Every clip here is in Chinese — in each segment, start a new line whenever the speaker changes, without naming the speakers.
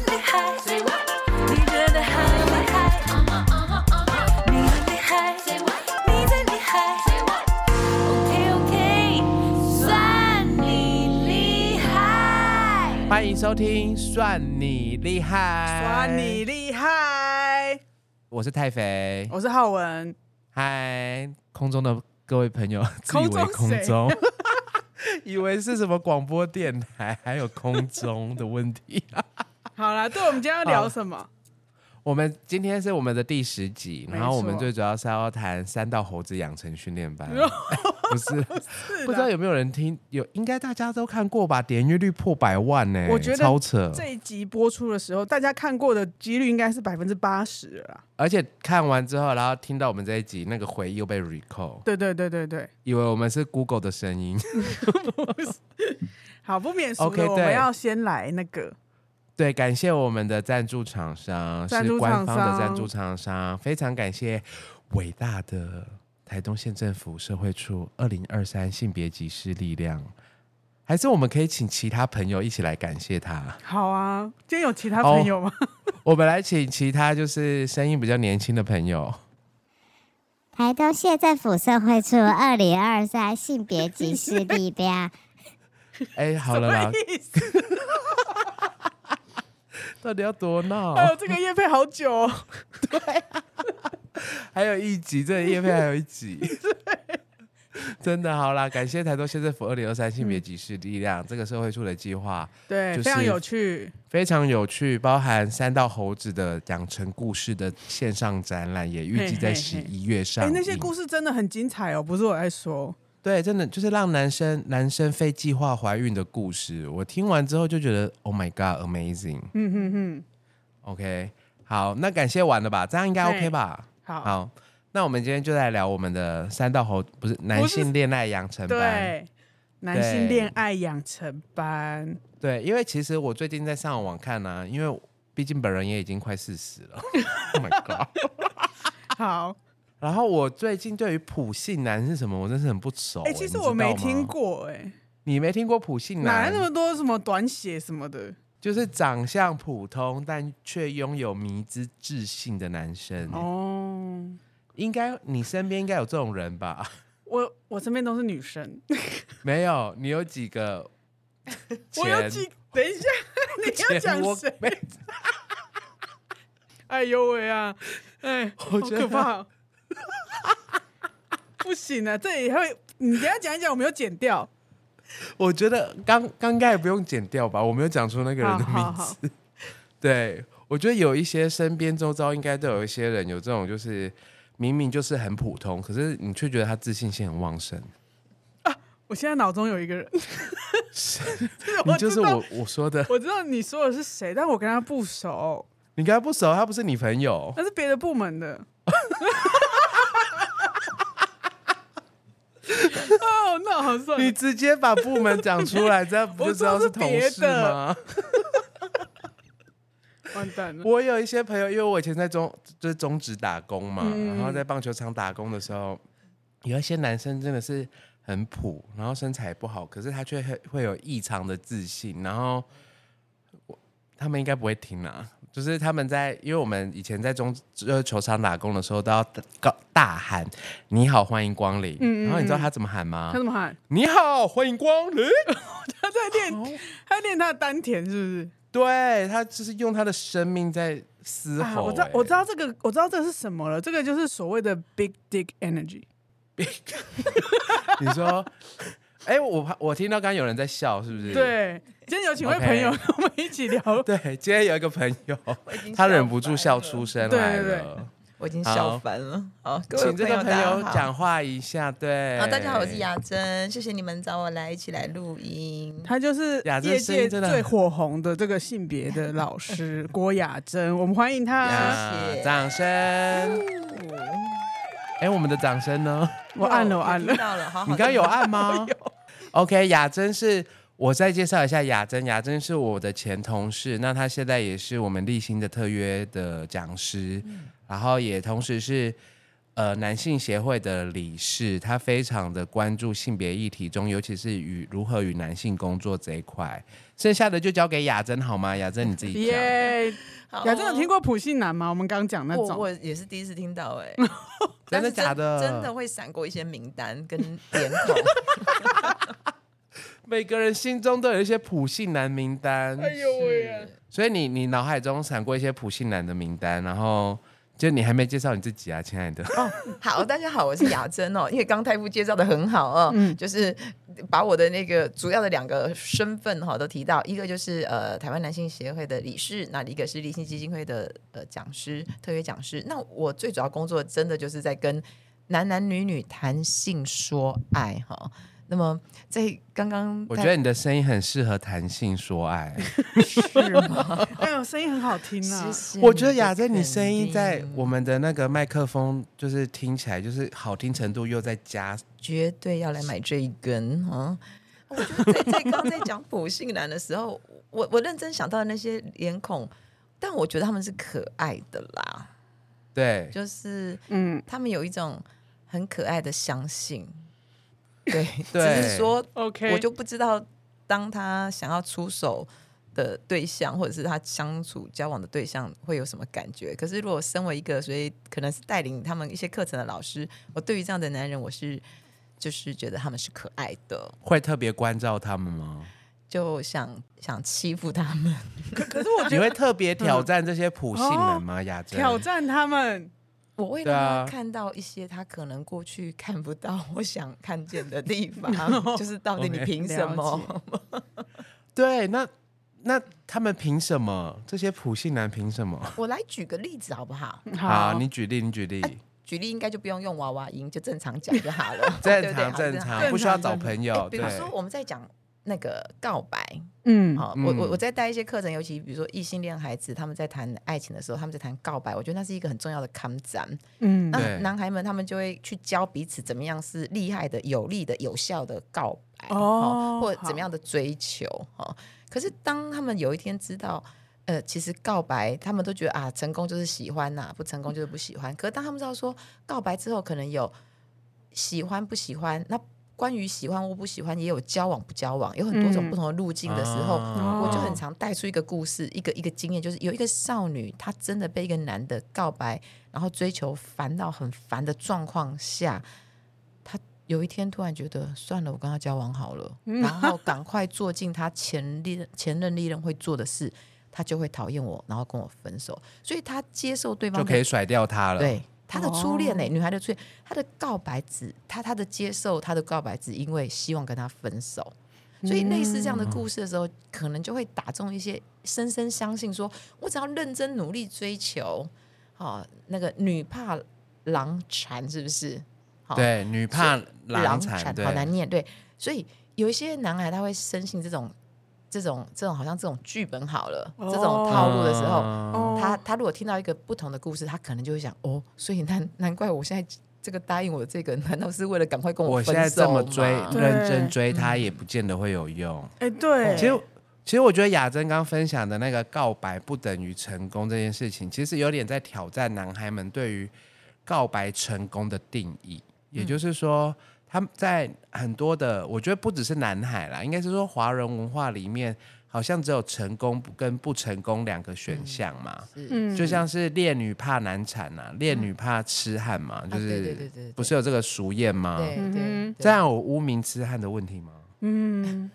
Say what？你真的好厉害，你很厉害，Say what？你最厉害，Say what？OK OK，算你厉害。
欢迎收听《算你厉害》，
算你，厉害！
我是太肥，
我是浩文，
嗨，空中的各位朋友，自以为
空中
空
谁
中， 以为是什么广播电台，还有空中的问题。
好啦，对我们今天要聊什 么？
我们今天是我们的第十集，
没
然后我们
错
最主要是要谈三道猴子养成训练 班，
哟
不是
是
不知道
的，
有没有人听，有应该大家都看过吧？点阅率破百万呢、
我觉得
超扯，
这一集播出的时候，大家看过的几率应该是百分之八十了啦。
而且看完之后，然后听到我们这一集，那个回忆又被 recall，
对对对对对，
以为我们是 Google 的声音。
好，不免俗的
OK，对
我们要先来那个
对，感谢我们的赞助厂商，
赞
是
助
官
厂商
方的赞助厂商，非常感谢伟大的台东县政府社会处二零二三性别歧视力量。还是我们可以请其他朋友一起来感谢 他。
好啊。今天有其他朋友吗？
我们来请其他就是声音比较年轻的朋友。
台东县政府社会处二零二三性别歧视力量，
哎、好 了啦，
意思
到底要多闹？
哎呦，这个夜配好久、哦，
还有一集，这个叶片还有一 集。 真的好啦，感谢台东县政府二零二三性别歧视力量、
嗯
这个社会处的计划，
对，
就是
非常有趣。
非常有趣，包含三道猴子的养成故事的线上展览，也预计在
嘿嘿
十
嘿
一月
哎、
上映。
那些故事真的很精彩哦，不是我在说。
对，真的就是让男生男生非计划怀孕的故事，我听完之后就觉得，Oh my God，amazing。
嗯哼哼，
OK，好，那感谢完了吧？这样应该 OK
对
吧？
好，
好，那我们今天就来聊我们的三道猴，不是男性恋爱养成班。
对，男性恋爱养成班，
对，因为其实我最近在上网看呢、因为毕竟本人也已经快四十 了，Oh my god！
好。
然后我最近对于普信男是什么，我真是很不熟、
哎、
欸。
其
你
实
知
我没
道吗
听，过哎、
你没听过普信
哪来
男
那？么多什么短写什么的？
就是长相普通但却拥有迷之自信的男生。
哦，
应该你身边应该有这种人吧？
我我身边都是女生，
没有，你有几个前？
我有几？等 一下，你要
前
讲
我
谁？
没
哎呦喂啊！哎，好
我觉得
可怕 哦！不行啊，这也会，你等一下讲一讲，我们有剪掉。
我觉得刚刚该也不用剪掉吧，我没有讲出那个人的
好
名
好好
字。对，我觉得有一些身边周遭应该都有一些人有这种，就是明明就是很普通，可是你却觉得他自信心很旺盛。
我现在脑中有一个 人，
你
我
就
知
是
道
我我说的，
我知道你说的是谁，但我跟他不熟，
你跟他不熟，他不是你朋 友。
那是别的部 门的。哦，那好算了
你直接把部门讲出来，这样不就知道同事吗？
完蛋了。
我有一些朋友，因为我以前在中就是中职打工嘛，
嗯
然后在棒球场打工的时候，有一些男生真的是很普，然后身材不好，可是他却会会有异常的自信，然后我他们应该不会听啦、就是他们在，因为我们以前在中呃球场打工的时候，都要大高大喊“你好，欢迎光临”
嗯
然后你知道他怎么喊吗
他？怎么喊？
你好，欢迎光临。
他在练，哦他在练他的丹田，是不是？
对他就是用他的生命在嘶吼、
啊，我知道，我知
道。
道这个，我知道这是什么了。这个就是所谓的 big dick energy。
你说，哎、我怕我听到刚刚有人在笑，是不是？
对，今天有请位
OK
朋友跟我们一起聊。
对，今天有一个朋友
已经，
他
笑
忍不住
翻
笑
了
出声
对
来
对对
了。
我已经
好
笑翻了。好，各位
请这个
朋
朋
友
友
大家好。
讲哎话一下，对。
好，大家好，我是。雅珍，谢谢你们找我来一起来录音。
他就是
雅珍
业
声音
界
真的
最火红的这个性别的 老师郭雅珍，我们欢迎她。
呀
谢谢
掌声！哎、我们的掌声呢？
我按了，我按
听
了。
到了，好好。
你刚刚有按 吗？OK，雅珍是我再介绍一下雅珍，雅珍是我的前同事，那她现在
嗯
也是我们立新的特约的讲师，然后也同时是呃男性协会的理事，他非常的关注性别议题中，尤其是与如何与男性工作这一块。剩下的就交给雅珍好吗？雅珍你自 己讲。
耶！
好
雅珍有
哦
听过普信男吗？我们刚讲那
我
种
我也是第一次听到哎、
真
但
的
是
假的？
真的会闪过一些名单跟脸孔，
每个人心中都有一些普信男名单。哎呦喂！所以你你脑海中闪过一些普信男的名单，然后就你还没介绍你自己啊，亲爱的。
好，大家好，我是雅珍哦，因为刚太傅介绍的很好哦，
嗯
就是把我的那个主要的两个身份哈、都提到，一个就是呃台湾男性协会的理事，那一个是立信基金会的呃讲师，特约讲师。那我最主要工作真的就是在跟男男女女谈性说爱哈、那么在刚 刚
我觉得你的声音很适合谈性说爱。
是吗？
哎呦，声音很好听啊
谢！谢
我觉得
你的
雅珍，你声音
肯
在
定
我们的那个麦克风，就是听起来就是好听程度又在加。
绝对要来买这一根啊！ 我觉得在在刚在讲普信男的时候，我我认真想到的那些脸孔，但我觉得他们是可爱的啦，
对，
就是
嗯，
他们有一种很可爱的相信，对，
对
只是说
OK
我就不知道当他想要出手。的对象，或者是他相处交往的对象会有什么感觉？可是如果身为一个，所以可能是带领他们一些课程的老师，我对于这样的男人，我是就是觉得他们是可爱的，
会特别关照他们吗？
就想想欺负他们。
可是我觉
你
得
会特别挑战这些普信男吗？雅珍，
挑战他们，
我为
对啊
了他看到一些他可能过去看不到，我想看见的地 方，就是到底你
OK
凭什么？
对，那那他们凭什么？这些普信男凭什么？
我来举个例子好不好？
好，你举例，你举例。，
举例应该就不用用娃娃音，就正常讲就好了 对
正
不对
常
好
正
好
常，不需要找
正常
朋
哎
友。
比
对
如，说我们在讲那个告白，
嗯，
好、我我我在带一些课程，尤其比如说异性恋孩子，他们在谈爱情的时候，他们在谈告白，我觉得那是一个很重要的抗战。
嗯
对
那男孩们他们就会去教彼此怎么样是厉害的、有力的、有效的告白，
哦
哦，或者怎么样的追求哦。可是当他们有一天知道，呃，其实告白，他们都觉得啊，成功就是喜欢呐、不成功就是不喜欢。可是当他们知道说告白之后，可能有喜欢不喜欢，那关于喜欢或不喜欢，也有交往不交往，有很多种
嗯
不同的路径的时候，
啊
我就很常带出一个故事，一个一个经验，就是有一个少女，她真的被一个男的告白，然后追求烦到很烦的状况下，她有一天突然觉得算了，我跟他交往好了，
嗯
然后赶快做尽她前历前任历任会做的事，她就会讨厌我，然后跟我分手，所以她接受对方
就
的
可以甩掉他了。，
对，她的初恋呢、欸女孩的初恋，她的告白只，她她的接受，她的告白只因为希望跟他分手。所以类似
嗯
这样的故事的时候，可能就会打中一些深深相信说，我只要认真努力追求，好、那个女怕狼缠是不是？好
对，女怕狼缠，对
好，难念。对，所以有一些男孩他会深信这种、这种、这种，好像这种剧本好了，这种套路的时候，
哦
嗯
他他如果听到一个不同的故事，他可能就会想哦，所以难难怪我现在这个答应我的这个，难道是为了赶快跟
我
分手
现在这么追，
吗
对
认真追他也不见得会有用。
哎，对，
其实，其实我觉得雅珍刚分享的那个告白不等于成功这件事情，其实有点在挑战男孩们对于告白成功的定义。也
嗯
就是说，他们在很多的，我觉得不只是男孩啦，应该是说华人文化里面，好像只有成功跟不成功两个选项嘛。
嗯
就像是烈女怕难产呐、烈女怕痴汉嘛，就
嗯啊对对对
是
对对
不是有这个俗谚吗？
对对对，
这样有污名痴汉的问题 吗
嗯，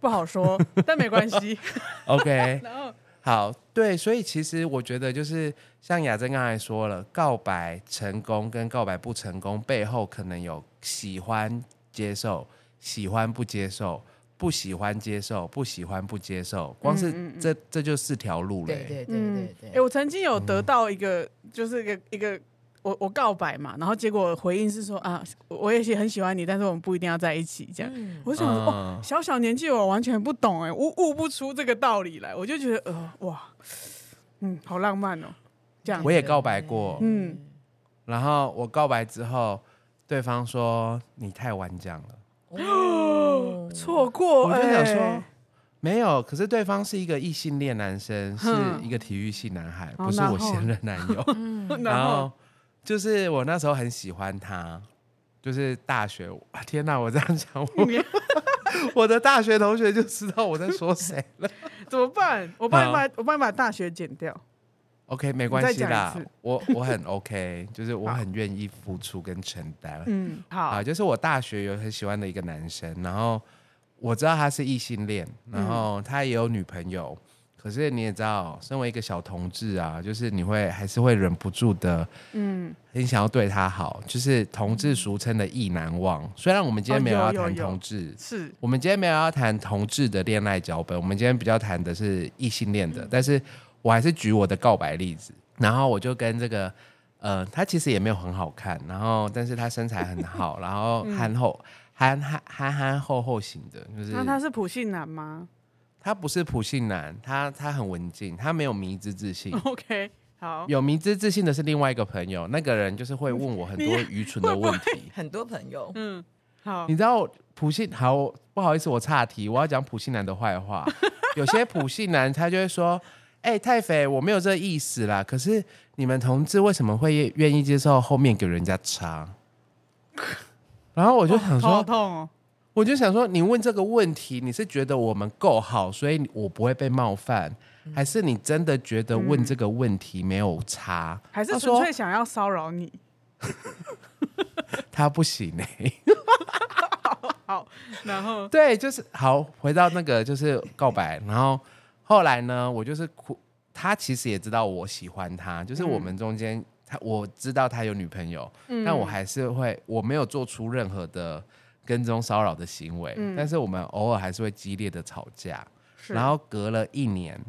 不 好说，但没关系。
？OK，
然后，
好，对，所以其实我觉得就是像雅珍刚才说了，告白成功跟告白不成功背后可能有喜欢接受、喜欢不接受、不喜欢接受、不喜欢不接受，光是这这就四条路嘞、
嗯对对对
嗯
对，对
哎、我曾经有得到一个，就是一个一个。我我告白嘛，然后结果回应是说啊，我我也是很喜欢你，但是我们不一定要在一起这样。我就想说、哦
嗯，
小小年纪我完全不懂哎、悟悟不出这个道理来，我就觉得呃哇，嗯，好浪漫哦，这样
我也告白过，
嗯，
然后我告白之后，对方说你太顽强了。
哦
错过、
我
哎
就想说，没有，可是对方是一个异性恋男生，是
哼
一个体育系男孩，
嗯哦
不是
然
我
后
现任男友。
然后
就就是我那时候很喜欢他，就是大学，啊天哪，我这样讲， 我 我的大学同学就知道我在说谁 了。
怎么办？我帮你把我帮你把大学剪掉。
OK，没关系啦
你再讲一次，
我我很 OK，就是我很愿意付出跟承担。
嗯，好
啊，，就是我大学有很喜欢的一个男生，然后我知道他是异性恋，然
嗯
后他也有女朋友。可是你也知道，身为一个小同志啊，就是你会还是会忍不住的
嗯，
很想要对他好，就是同志俗称的意难忘。虽然我们今天
哦
没有
有
要
有
谈
有
同志，
是
我们今天没有要谈同志的恋爱脚本，我们今天比较谈的是异性恋
嗯
的，但是我还是举我的告白例子，然后我就跟这个，呃，他其实也没有很好看，然后但是他身材很 好，然后
嗯
憨厚。憨憨憨憨厚厚型的，就是
那他是普信男吗
他不是普信男，他他很文静，他没有迷之自信。
？OK，好，
有迷之自信的是另外一个朋友，那个人就是会问我很多愚蠢的问题。
很多朋友，
嗯，好
你，知道普信好我不好意思，我岔题，我要讲普信男的坏 话。有些普信男他就会说：“哎、太肥，我没有这意思啦。”可是你们同志为什么会愿意接受后面给人家插？然后我就想
头好
说，
痛哦。
我就想说，你问这个问题，你是觉得我们够好，所以我不会被冒犯，还是你真的觉得问这个问题没有差？
还是
他
纯
说
粹想要骚扰你？
他不行哎、
好，然后
对，就是好，回到那个就是告白，然后后来呢，我就是哭，他其实也知道我喜欢他，就是我们中间，他我知道他有女朋友，但我还是会，我没有做出任何的跟踪骚扰的行为，但是我们偶尔还是会激烈的吵架，
是
然后隔了一年，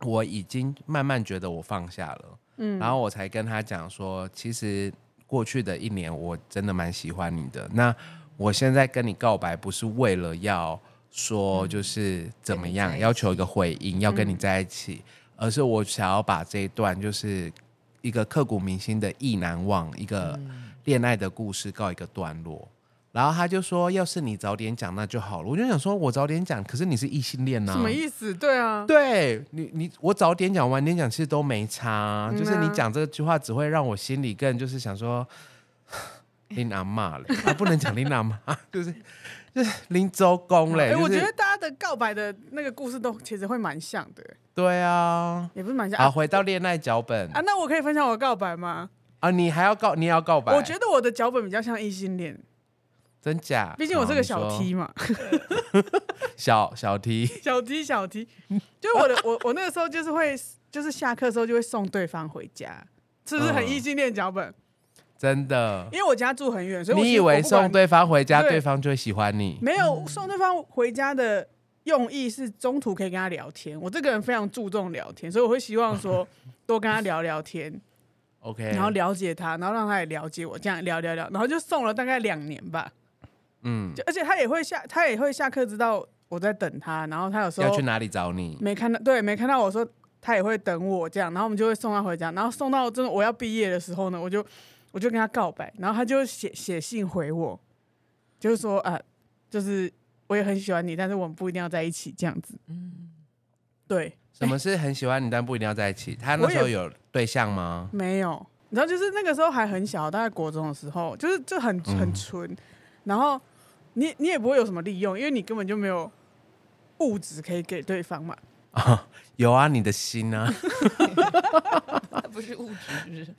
我已经慢慢觉得我放下了，
嗯
然后我才跟他讲说，其实过去的一年我真的蛮喜欢你的。那我现在跟你告白，不是为了要
嗯
说就是怎么样，
跟你在一起
要求一个回应，要跟你在一起，而是我想要把这一段就是一个刻骨铭心的意难忘，一个
嗯
恋爱的故事告一个段落。然后他就说：“要是你早点讲，那就好了。”我就想说：“我早点讲，可是你是异性恋呐、
什么意思？对啊，
对你，你我早点讲，晚点讲，其实都没差啊。
嗯啊
就是你讲这句话，只会让我心里更就是想说， 林阿妈嘞，啊，不能讲林阿妈， 就是就是林周公嘞。
哎，
就是、
我觉得大家的告白的那个故事都其实会蛮像的，
对啊。
也不是蛮像
好，
啊
回到恋爱脚本
啊。那我可以分享我的告白吗？
啊，你还要告，你也要告白？
我觉得我的脚本比较像异性恋，
真假？
毕竟我是个小 T
题，
嘛，
小小 T，
小 T 小 T，就是我的我我那个时候就是会就是下课的时候就会送对方回家，是不是很
嗯
异性恋脚本？
真的。
因为我家住很远，所以我
你
其
以
实我
为
不管
送对方回家，
对
对方就会喜欢你？
没有送对方回家的用意是中途可以跟他聊天。我这个人非常注重聊天，所以我会希望 说多跟他聊聊天，
OK，
然后了解他，然后让他也了解我，这样聊聊聊，然后就送了大概两年吧。
嗯，
就而且他也会下，他也会下课知道我在等他，然后他有时
要
候
去哪里找你？
没看到，对，没看到我说他也会等我这样，然后我们就会送他回家，然后送到真的我要毕业的时候呢，我就我就跟他告白，然后他就写写信回我，就是说啊、就是我也很喜欢你，但是我们不一定要在一起这样子，嗯，对，
什么是很喜欢你，但不一定要在一起？他
我
那
也
时候有对象吗？
没有，你知道，就是那个时候还很小，大概国中的时候，就是就很
嗯
很纯，然后你你也不会有什么利用，因为你根本就没有物质可以给对方嘛，
啊，有啊，你的心啊。
那不是物质，是不是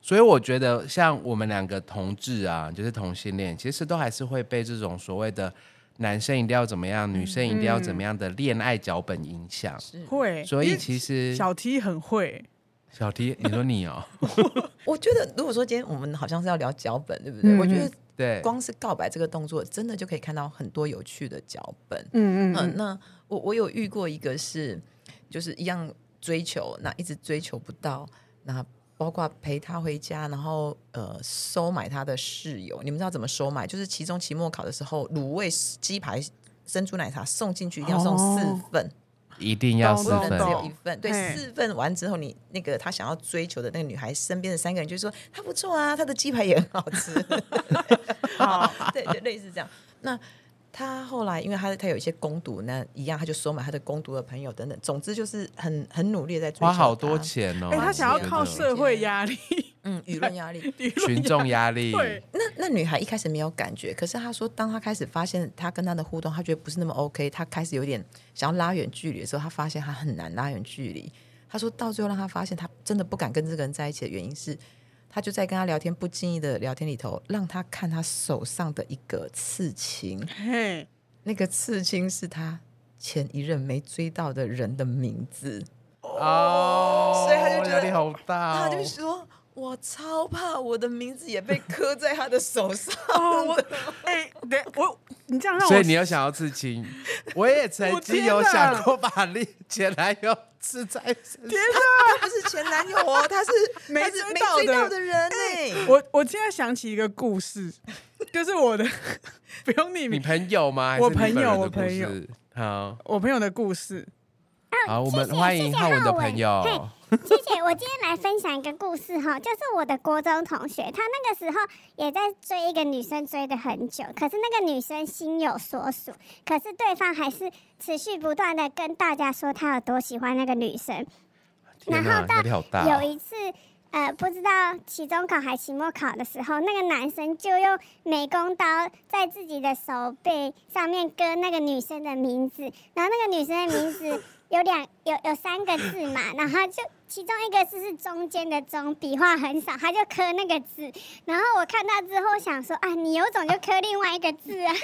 所以我觉得，像我们两个同志啊，就是同性恋，其实都还是会被这种所谓的男生一定要怎么样，女生一定要
嗯
怎么样的恋爱脚本影响。
会，
所
因
以
为
其实
小 T 很会。
小 T，你说你 哦，
我觉得，如果说今天我们好像是要聊脚本，对不对？
嗯
我觉得
对，
光是告白这个动作，真的就可以看到很多有趣的脚本。
嗯嗯
嗯，
嗯，
那我我有遇过一个是，就是一样追求，那一直追求不到，那包括陪他回家，然后呃收买他的室友，你们知道怎么收买？就是期中期末考的时候，卤味、鸡排、珍珠奶茶送进去，一定要送四
哦
份，
一定要四
不能
分哦
只
懂
有一份。对，
嘿
四份完之后，你那个他想要追求的那个女孩身边的三个人就说她不错啊，她的鸡排也很好吃。
好，
对对，类似这样。那他后来，因为他他有一些攻读，那一样他就收买他的攻读的朋友等等，总之就是很很努力地在追求
花好多
他。
钱哦。
哎、他想要靠
我觉得
社会压力，
嗯，舆论压力。
群众压力，
对
那那女孩一开始没有感觉，可是她说，当她开始发现她跟她的互动，她觉得不是那么 OK，她开始有点想要拉远距离的时候，她发现她很难拉远距离。她说到最后，让她发现她真的不敢跟这个人在一起的原因是，她就在跟她聊天不经意的聊天里头，让她看她手上的一个刺青，
嘿，
那个刺青是她前一任没追到的人的名字。
哦，
所以他就觉得
压力好大、
他
哦，
就说：“我超怕我的名字也被刻在他的手上。
哦，我哎，对，我你这样让我，
所以你又想要刺青，我也 曾经有想过把另前男友刺在身上。
他不是前男友哦，他 是
没
他是
追
没
到
追
的哎
到的人哎呢、
我我现在想起一个故事，就是我的不用匿
你
名，
朋友吗？还是
我
你本人
朋友
的
我
故
朋友
事。好，
我朋友的故事，
好，我们
谢谢
欢迎
谢谢
浩文的
浩文
朋友。
谢谢，我今天来分享一个故事哈，就是我的国中同学，他那个时候也在追一个女生，追了很久，可是那个女生心有所属，可是对方还是持续不断的跟大家说他有多喜欢那个女生。
天
然
哪
后，到
压力好大哦。
有一次，呃，不知道期中考还期末考的时候，那个男生就用美工刀在自己的手背上面割那个女生的名字，然后那个女生的名字 有两有有三个字嘛，然后就其中一个字是中间的中，笔画很少，他就刻那个字。然后我看到之后想说啊，你有种就刻另外一个字啊。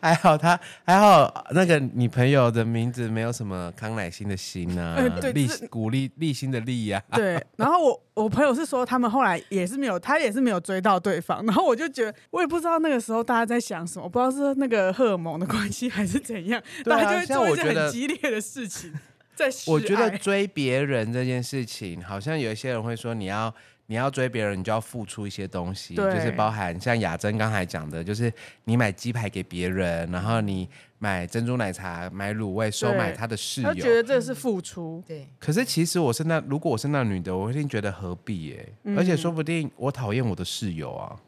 还好他还好那个你朋友的名字没有什么康乃馨的馨啊
呃， 对
立
这
鼓励立心的立啊 呀。
对，然后我我朋友是说他们后来也是没有，他也是没有追到对方，然后我就觉得我也不知道那个时候大家在想什么，不知道是那个荷尔蒙的关系还是怎样，
对啊
大家就会
像
做
我
一些
觉得
很激烈的事情， 在示
我觉得
爱
追别人这件事情，好像有一些人会说，你要你要追别人，你就要付出一些东西，就
对
是包含像雅珍刚才讲的，就是你买鸡排给别人，然后你买珍珠奶茶、买卤味，收买他的室
他就觉
友。
得这是付出，
对，
可是其实我是那，如果我是那女的，我一定觉得何必耶、而且说不定我讨厌我的室友啊。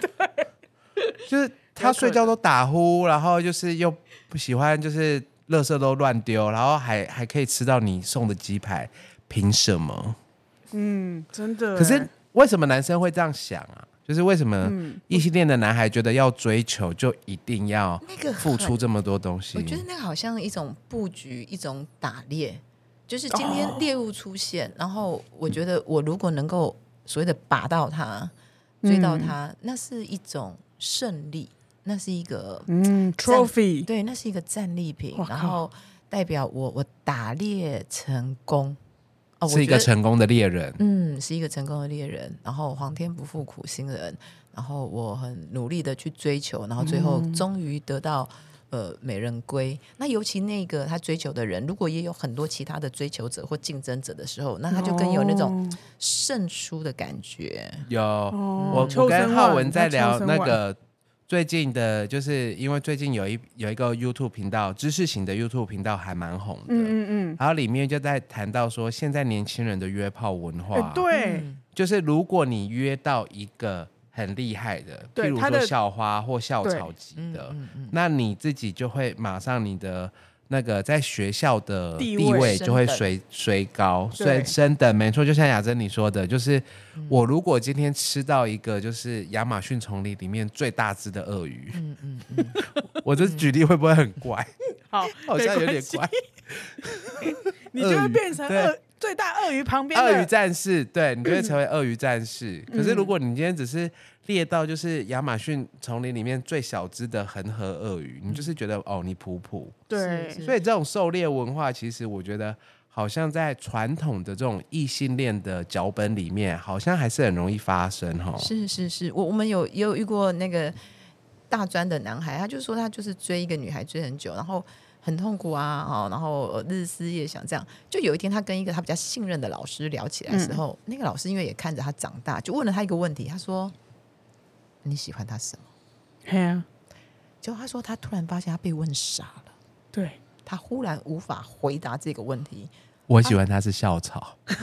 对，就是他睡觉都打呼，然后就是又不喜欢，就是垃圾都乱丢，然后还还可以吃到你送的鸡排，凭什么？
嗯，真的欸。
可是为什么男生会这样想啊？就是为什么异性恋的男孩觉得要追求就一定要
那个
付出
很
这么多东西？
我觉得那个好像一种布局，一种打猎，就是今天
哦
猎物出现，然后我觉得我如果能够所谓的拔到它，
嗯
追到它，那是一种胜利，那是一个
嗯，trophy，
对，那是一个战利品
哇，靠
然后代表我我打猎成功。哦，我
是一
觉
个
得
成功的猎人。
嗯，是一个成功的猎人，然后皇天不负苦心人，然后我很努力的去追求，然后最后终于得到、呃美人归。那尤其那个他追求的人，如果也有很多其他的追求者或竞争者的时候，那他就更有那种
哦
胜出的感觉。
有，我
哦
我
秋
跟
生
浩
万
文在
他秋
聊
生
那
万
个最近的，就是因为最近有一有一个 YouTube 频道，知识型的 YouTube 频道还蛮红的，
嗯嗯
然后里面就在谈到说，现在年轻人的约炮文化，啊
嗯，哎，对，
嗯
就是如果你约到一个很厉害的，譬
对
如
他
说
的
校花或校
对
草级
嗯
的，
嗯嗯
那你自己就会马上你的那个在学校的
地
地位
位
就会
升等
随随高，
对
所以升等没错。就像雅珍你说的，就是我如果今天吃到一个就是亚马逊丛林里面最大只的鳄鱼，
嗯嗯嗯，
我这举例会不会很 怪？
好，
好像有点
没
怪
关。系，你就
鳄
会
鱼
变成
对
鳄最大鳄鱼旁边
鳄
的
鱼战士，对你就会成为鳄鱼战士。
嗯
可是如果你今天只是猎到就是亚马逊丛林里面最小只的恒河鳄鱼，你就是觉得哦你普普。
对
是是
所以这种狩猎文化，其实我觉得好像在传统的这种异性恋的脚本里面，好像还是很容易发生哈。
是是是，我我们有也有遇过那个大专的男孩，他就说他就是追一个女孩追很久，然后很痛苦啊，哦，然后呃日思夜想这样。就有一天，他跟一个他比较信任的老师聊起来的时候，那个老师因为也看着他长大，就问了他一个问题，他说：“你喜欢他什么
嘿啊，？”
结果他说他突然发现他被问傻了，
对，
他忽然无法回答这个问题。
我喜欢他是校草，
是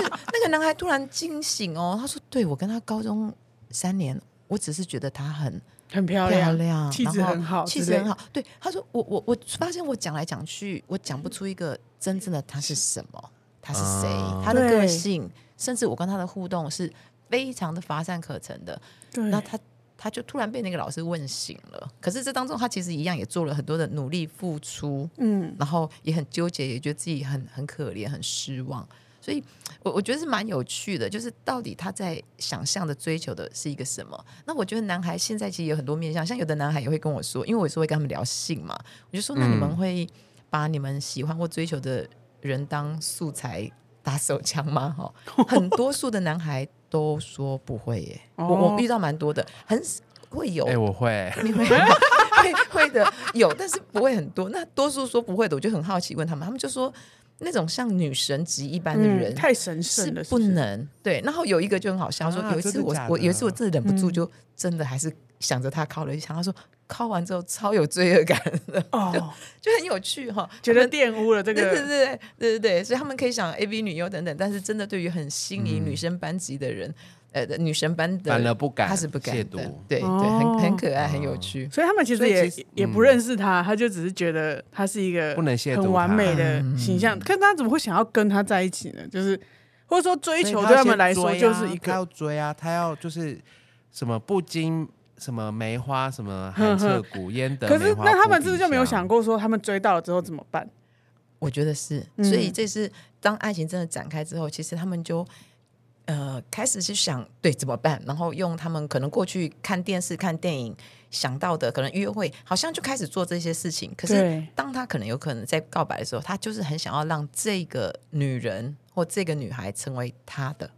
那个男孩突然惊醒哦，他说：“对我跟他高中三年，我只是觉得他很。”
很漂
漂
亮，
亮，
气质
然后
很好，
气质很。好。对，他说我我我发现我讲来讲去，我讲不出一个真正的他是什么。他是谁，
啊
他的个
对
性，甚至我跟他的互动是非常的乏善可陈的。
对，
那他他就突然被那个老师问醒了。可是这当中，他其实一样也做了很多的努力付出，
嗯，
然后也很纠结，也觉得自己很很可怜，很失望。所以，我我觉得是蛮有趣的，就是到底他在想象的追求的是一个什么？那我觉得男孩现在其实有很多面向，像有的男孩也会跟我说，因为我有时候会跟他们聊性嘛，我就说那你们
嗯
会把你们喜欢或追求的人当素材打手枪吗？哈、很多数的男孩都说不会耶，我
哦
我遇到蛮多的，很会有，
哎、我会，
哦你会会会的有，但是不会很多。那多数说不会的，我就很好奇问他们，他们就说那种像女神级一般的
嗯
人。
太神
是
圣了，
不
是是，
能对，然后有一个就很好笑，说
啊
有一次
真的
我
假的
我有一次我真的忍不住
嗯
就真的还是想着他敲了一下，他说敲完之后超有罪恶感的，
哦，
就很有趣哈，
觉得
他们
玷污了这
对对
个，
对对对对对，所以他们可以想 A V 女优等等，但是真的对于很心仪女生班级的人，呃，女神班的
嗯反而不敢
他是不敢
亵
的
渎，
对对，
哦
很很可爱，很有趣。
所以他们其实
所以
也
其实
也
嗯
不认识他，他就只是觉得他是一个
不能亵渎
很完
他
美的
嗯
形象，可是他怎么会想要跟他在一起呢？就是或者说追求
所以
对
要
他们
先
来说
追
就
啊
是一
他
个
要追啊，他要就是什么不经什么梅花什 么
哼
寒彻
哼
骨焉得
可
梅
是
花
那他
扑
们
鼻
是不是就没有
香
想？过说他们追到了之后怎么办？
我觉得是，
嗯
所以这是当爱情真的展开之后，其实他们就呃开始去想对怎么办，然后用他们可能过去看电视、看电影想到的，可能约会，好像就开始做这些事情。可是
对
当他可能有可能在告白的时候，他就是很想要让这个女人或这个女孩成为他的。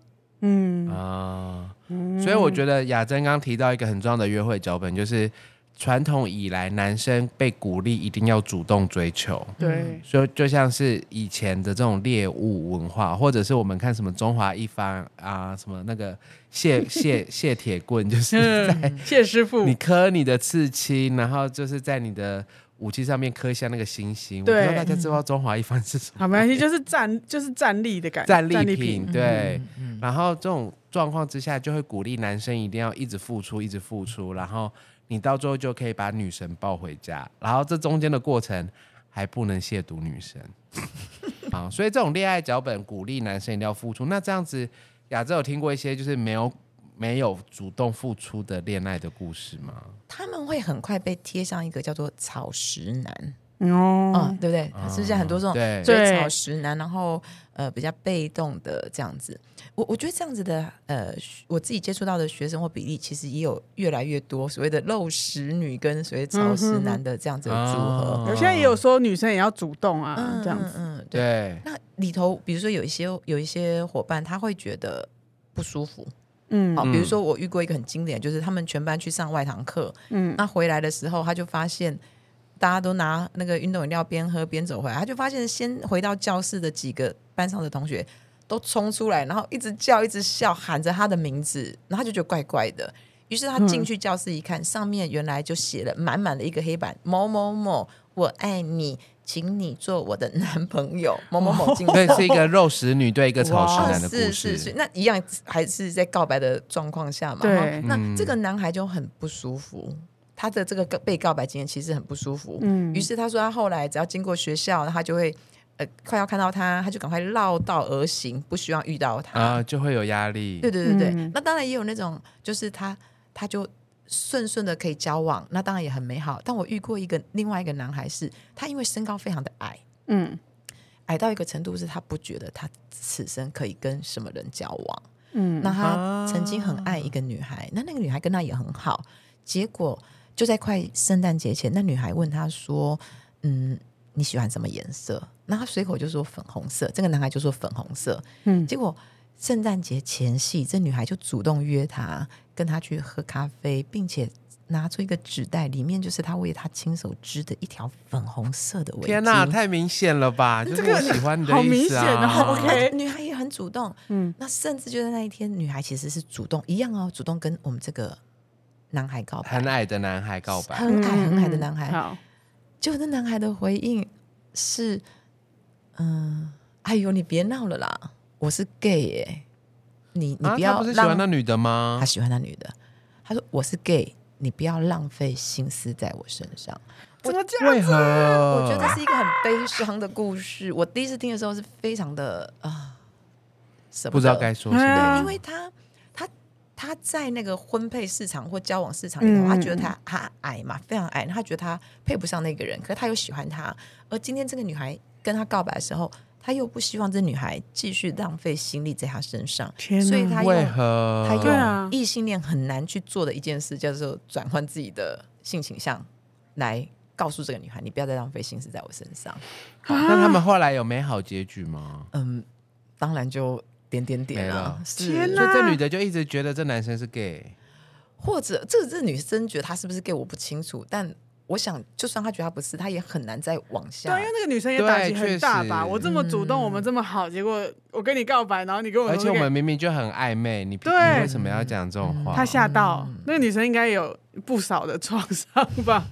嗯，
啊，所以我觉得雅珍刚提到一个很重要的约会脚本，就是传统以来男生被鼓励一定要主动追求，
对，
所以就像是以前的这种猎物文化，或者是我们看什么中华一番啊，什么那个谢谢谢铁棍，就是在
嗯，谢师傅
你，磕你的刺青，然后就是在你的武器上面刻下那个星星。我不知道
对
大家知不知道中华一番是什么？
好，没关系，就是战就是战力的感 觉，
战
战
利
利嗯
品，对。然后这种状况之下，就会鼓励男生一定要一直付出，一直付出，然后你到最后就可以把女神抱回家。然后这中间的过程还不能亵渎女 神啊，所以这种恋爱脚本鼓励男生一定要付出。那这样子，雅芝有听过一些就是没有没有主动付出的恋爱的故事吗？
他们会很快被贴上一个叫做“草食男”
哦
嗯，，对不对？是不是很多这种
哦对
追
对
草食男，然后呃比较被动的这样子？我我觉得这样子的呃，我自己接触到的学生或比例，其实也有越来越多所谓的肉食女跟所谓草食男
嗯
的这样子的组合。
啊
有些也有说女生也要主动啊哦
嗯，，
这样子，
嗯，嗯对。
对，
那里头，比如说有一些有一些伙伴，他会觉得不舒服。
嗯
好、哦比如
嗯
说我遇过一个很经典，就是他们全班去上外堂课，
嗯，
那回来的时候，他就发现大家都拿那个运动饮料边喝边走回来，他就发现先回到教室的几个班上的同学都冲出来，然后一直叫，一直笑，喊着他的名字，然后他就觉得怪怪的。于是他进
嗯
去教室一看，上面原来就写了满满的一个黑板：某某某，我爱你，请你做我的男 朋友。某某某进
对，
到
是一个肉食女对一个草食
哇
男的故
是
事
是。是，那一样还是在告白的状况下嘛？
对
哈那
嗯
这个男孩就很不舒服，他的这个告被告白经验其实很不舒服。
嗯
于是他说他后来只要经过学校，他就会呃快要看到他，他就赶快绕道而行，不希望遇到他。
啊，就会有压力。
对对对对，
嗯
那当然也有那种，就是他他就顺顺的可以交往，那当然也很美好。但我遇过一个另外一个男孩是，他因为身高非常的矮，
嗯
矮到一个程度是他不觉得他此生可以跟什么人交往。
嗯，
那他曾经很爱一个女孩，那那个女孩跟他也很好，结果就在快圣诞节前，那女孩问他说：“嗯，你喜欢什么颜色？”那他随口就说粉红色，这个男孩就说粉红色。
嗯
结果圣诞节前夕，这女孩就主动约他，跟他去喝咖啡，并且拿出一个纸袋，里面就是他为他亲手织的一条粉红色的围巾。
天呐，太明显了吧！就是
这个
我喜欢你的
好
意思啊，
明显哦 OK
那女孩也很主动，
嗯
嗯，那甚至就在那一天，女孩其实是主动一样哦，主动跟我们这个男孩告白，
很矮的男孩告白，
很矮很矮的男孩，
嗯好，
结果那男孩的回应是，嗯，哎呦，你别闹了啦，我是 gay 耶、你你
啊
不要
他不是喜
让、
欢那女的吗
他？喜欢那女的，他说我是 gay，你不要浪费心思在我身上。
怎么这样
为
子？
何？
我
我
觉得这是一个很悲伤的故事。我第一次听的时候是非常的啊，舍
不知
得
道该说什
对
么，
啊
因为他他他在那个婚配市场或交往市场里头，
嗯
他觉得他他矮嘛，非常矮，他觉得他配不上那个人，可是他又喜欢他。而今天这个女孩跟他告白的时候，他又不希望这女孩继续浪费心力在他身上，
天哪
所以他
为
用
何？
他
对啊
用异性恋很难去做的一件事，叫做转换自己的性倾向，来告诉这个女孩，你不要再浪费心思在我身上。
那他们后来有美好结局吗？
嗯，当然就点点点
没
啊
了，
是
天
所
哪
以这女的就一直觉得这男生是 gay，
或者这这女生觉得她是不是 gay 我不清楚，但我想，就算她觉得她不是，她也很难再往
对
下
啊，因。为那个女生也打击
对
很大吧？
确实
我这么主动，我们这么好，结果我跟你告白，然后你跟我
而
说
且我
这个，
们明明就很暧昧，你你
对
为什么要讲这种话？
她嗯吓到那个女生，应该有不少的创伤吧？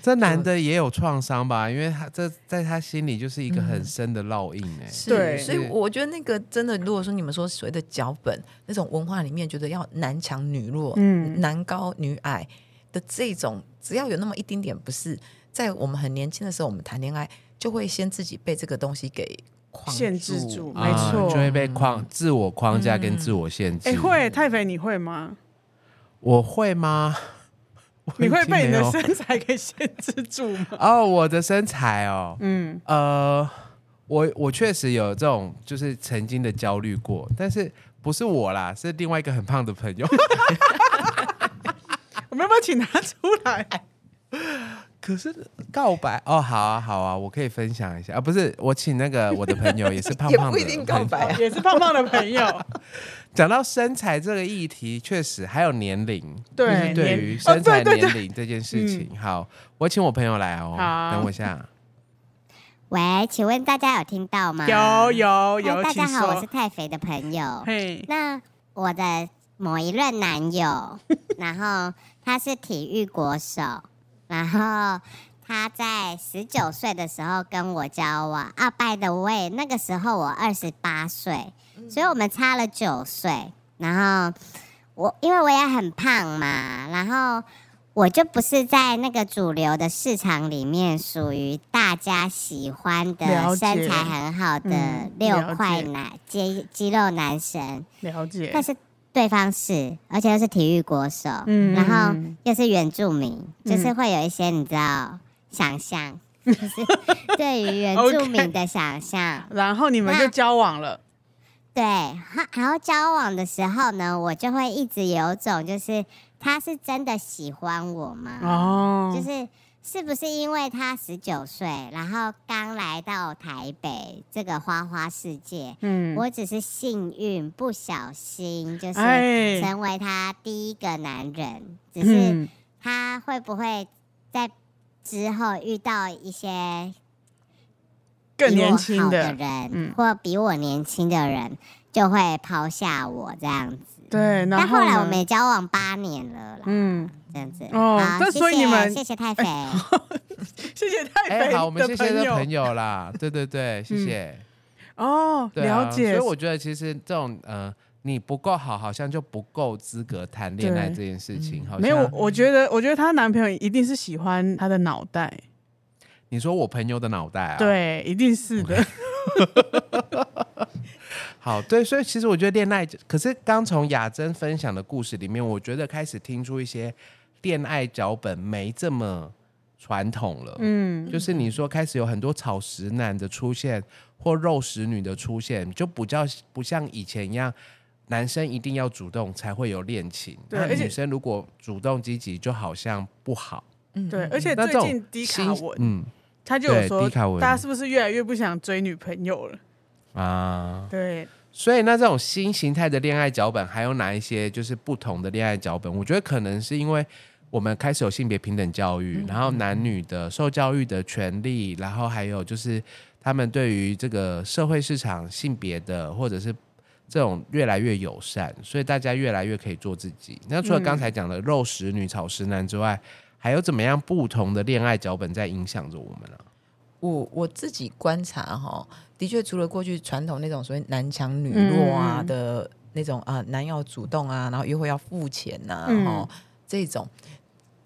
这男的也有创伤吧？因为他这在他心里就是
嗯
一个很深的烙印哎、
是
对
所以我觉得那个真的，如果说你们说所谓的脚本那种文化里面，觉得要男强女弱，
嗯
男高女矮的这种，只要有那么一丁点不是，在我们很年轻的时候，我们谈恋爱就会先自己被这个东西给框
限制住，
啊
没错
就。会被框自我框架跟自我限制。
哎，会太肥，你会吗？
我会吗？
你会被你的
我已经没有
身材给限制住吗？
哦，我的身材哦，
嗯，
呃，我我确实有这种就是曾经的焦虑过，但是不是我啦，是另外一个很胖的朋 友。
我们要不要请他出 来？
可是告白哦，好啊，好啊，我可以分享一下啊，不是我请那个我的朋友也 是胖
也
胖的，
不一定告白啊。
也是胖胖的朋 友，
讲到身材这个议题，确实还有年龄，
对
就是对
年
于
哦
身材
对对嗯
年龄这件事情，好，我请我朋友来哦，
好
等我一下。
喂，请问大家有听到吗？
有有
嗨
有，
哎大
请
家好，我是
说。
太肥的朋友。
嘿，
那我的某一任男友， 然后他是体育国手，然后他在十九岁的时候跟我交往。啊，by the way，那个时候我二十八岁，
嗯
所以我们差了九岁。然后我因为我也很胖嘛，然后。我就不是在那个主流的市场里面属于大家喜欢的
了解
身材很好
嗯
的
了
六
解
块奶肌肌肉男神，
了解
但。是对方是，而且又是体育国手，
嗯
然后
嗯
又是原住民，
嗯
就是会有一些你知道想 象，就是对于原住民的想象。
然后你们就交往了，
对，哈然后交往的时候呢，我就会一直有种就是他是真的喜欢我吗？
哦，
啊就是是不是因为他十九岁，然后刚来到台北这个花花世界，
嗯，
我只是幸运不小心就是
哎
成为他第一个男人，只是
嗯，
他会不会在之后遇到一些
更
比我
年
好
轻
的
的，
人，
嗯
或比我年轻的人，就会抛下我这样子。
对，然
但后来
呢
我们也交往八年了啦，
嗯，
这样子。
哦
好
那
谢
所以你
谢
们
谢 谢太肥，
谢谢太
哎、
肥
好，我们谢谢
的
这
朋
朋
友
友啦，对对对，谢谢。
哦，
对啊
了解，
所以我觉得其实这种呃，你不够好，好像就不够资格谈恋爱
对
这件事情。好像
嗯没有，我觉得，我觉得她男朋友一定是喜欢她的脑袋，
你说我朋友的脑袋啊，，
对，一定是的，
好对，所以其实我觉得恋爱，可是刚从雅珍分享的故事里面，我觉得开始听出一些恋爱脚本没这么传统了。
嗯，
就是你说开始有很多草食男的出现，或肉食女的出现，就比较不像以前一样，男生一定要主动才会有恋情，
对
那
而且
女生如果主动积极，就好像不好。
嗯
对，而且
那
最
这种
近迪卡
新
文
嗯
他就有
对
说，
迪卡文
大家是不是越来越不想追女朋友了？
啊，
对，
所以那这种新形态的恋爱脚本，还有哪一些就是不同的恋爱脚本？我觉得可能是因为。我们开始有性别平等教育，嗯然后男女的受教育的权利，然后还有就是他们对于这个社会市场性别的或者是这种越来越友善，所以大家越来越可以做自己。那除了刚才讲的肉食女、草食男之外，还有怎么样不同的恋爱脚本在影响着我们呢、啊
我我自己观察哈，的确除了过去传统那种所谓男强女弱啊
嗯
的那种啊、男要主动啊，然后约会要付钱呐、啊，
嗯
哦、这种，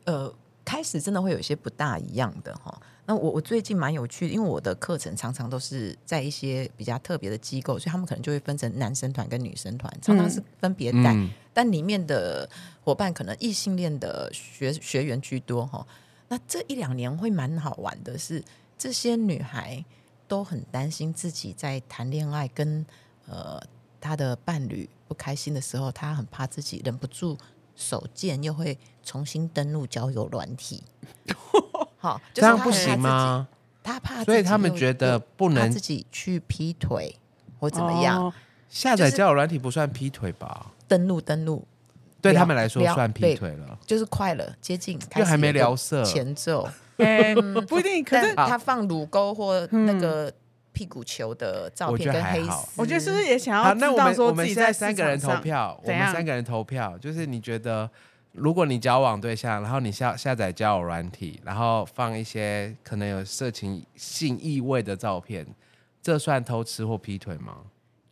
呃，开始真的会有一些不大一样的哈。那我我最近蛮有趣的，因为我的课程常常都是在一些比较特别的机构，所以他们可能就会分成男生团跟女生团，常常是分别带，
嗯
但里面的伙伴可能异性恋的学学员居多哈。那这一两年会蛮好玩的是，这些女孩都很担心自己在谈恋爱跟呃她的伴侣不开心的时候，她很怕自己忍不住手贱，又会重新登录交友软体。好，就是
这样
她
不
很怕
行吗？
自己？她怕自己又，
所以他们觉得
又
不能
怕自己去劈腿或怎么样，
哦
下载交友软体不算劈腿吧？
登录登录，
对
聊
他们来说
聊
算劈
对
腿了，
就是快了，接近，
就还没
开始有个
聊色
前奏。
哎、不一定，可
嗯但
是
他放乳沟或那个屁股球的照
我觉
片
得
跟
还
黑丝
好，
我觉得是不是也想要
好，
知
那我
道
们
说
我
自
们
己
现在
市
三个
场
人投
上
票，我
怎
们
样
三个人投票，就是你觉得，如果你交往对象，然后你下下载交友软体，然后放一些可能有色情性意味的照片，这算偷吃或劈腿吗？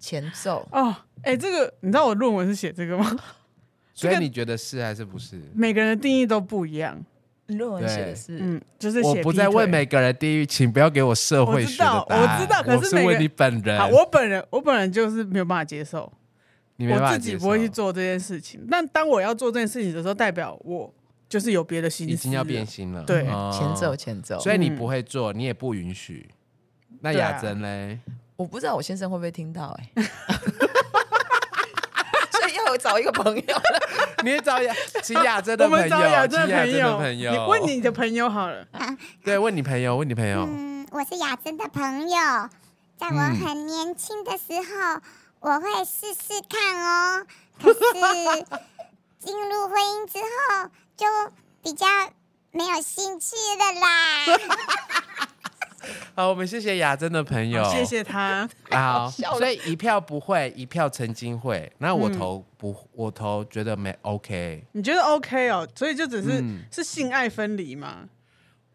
前奏。
哦，哎、这个你知道我论文是写这个吗？
所
这
以
个
你觉得是还是不是？
每个人的定义都不一样，
论文写的是，
嗯，就是
我
写
不
劈
再
腿
问每个人地狱，请不要给我社
我
会
知
学的
道
答
我
案。
知道可
我
是
是
每个
问你本人
好，，我本人我本人就是没有办法接受，
你没办
我
法
自己
接
不会
受
去，做这件事情。但当我要做这件事情的时候，代表我就是有别的心思，
已经要变。心了。
对
哦
前奏，前奏。
所以你
嗯
不会做，你也不允许。那
对
雅
啊
珍嘞？
我不知道我先生会不会听到哎、 所以要我找一个朋友，
你也 找雅，请雅珍
我
的朋友，
们找雅珍
请雅珍的
友，
朋友。
你问你的朋友好了，
对，问你朋友，问你朋友。
嗯，我是雅珍的朋友，在我
嗯
很年轻的时候，我会试试看哦。可是进入婚姻之后，就比较没有兴趣了啦。
好，我们谢谢雅珍的朋友，
谢。谢他。
好，
笑了
所以一票不会，一票曾经会。那我投
嗯
不，我投觉得没 OK。
你觉得 OK 哦？所以就只是、
嗯
是性爱分离嘛？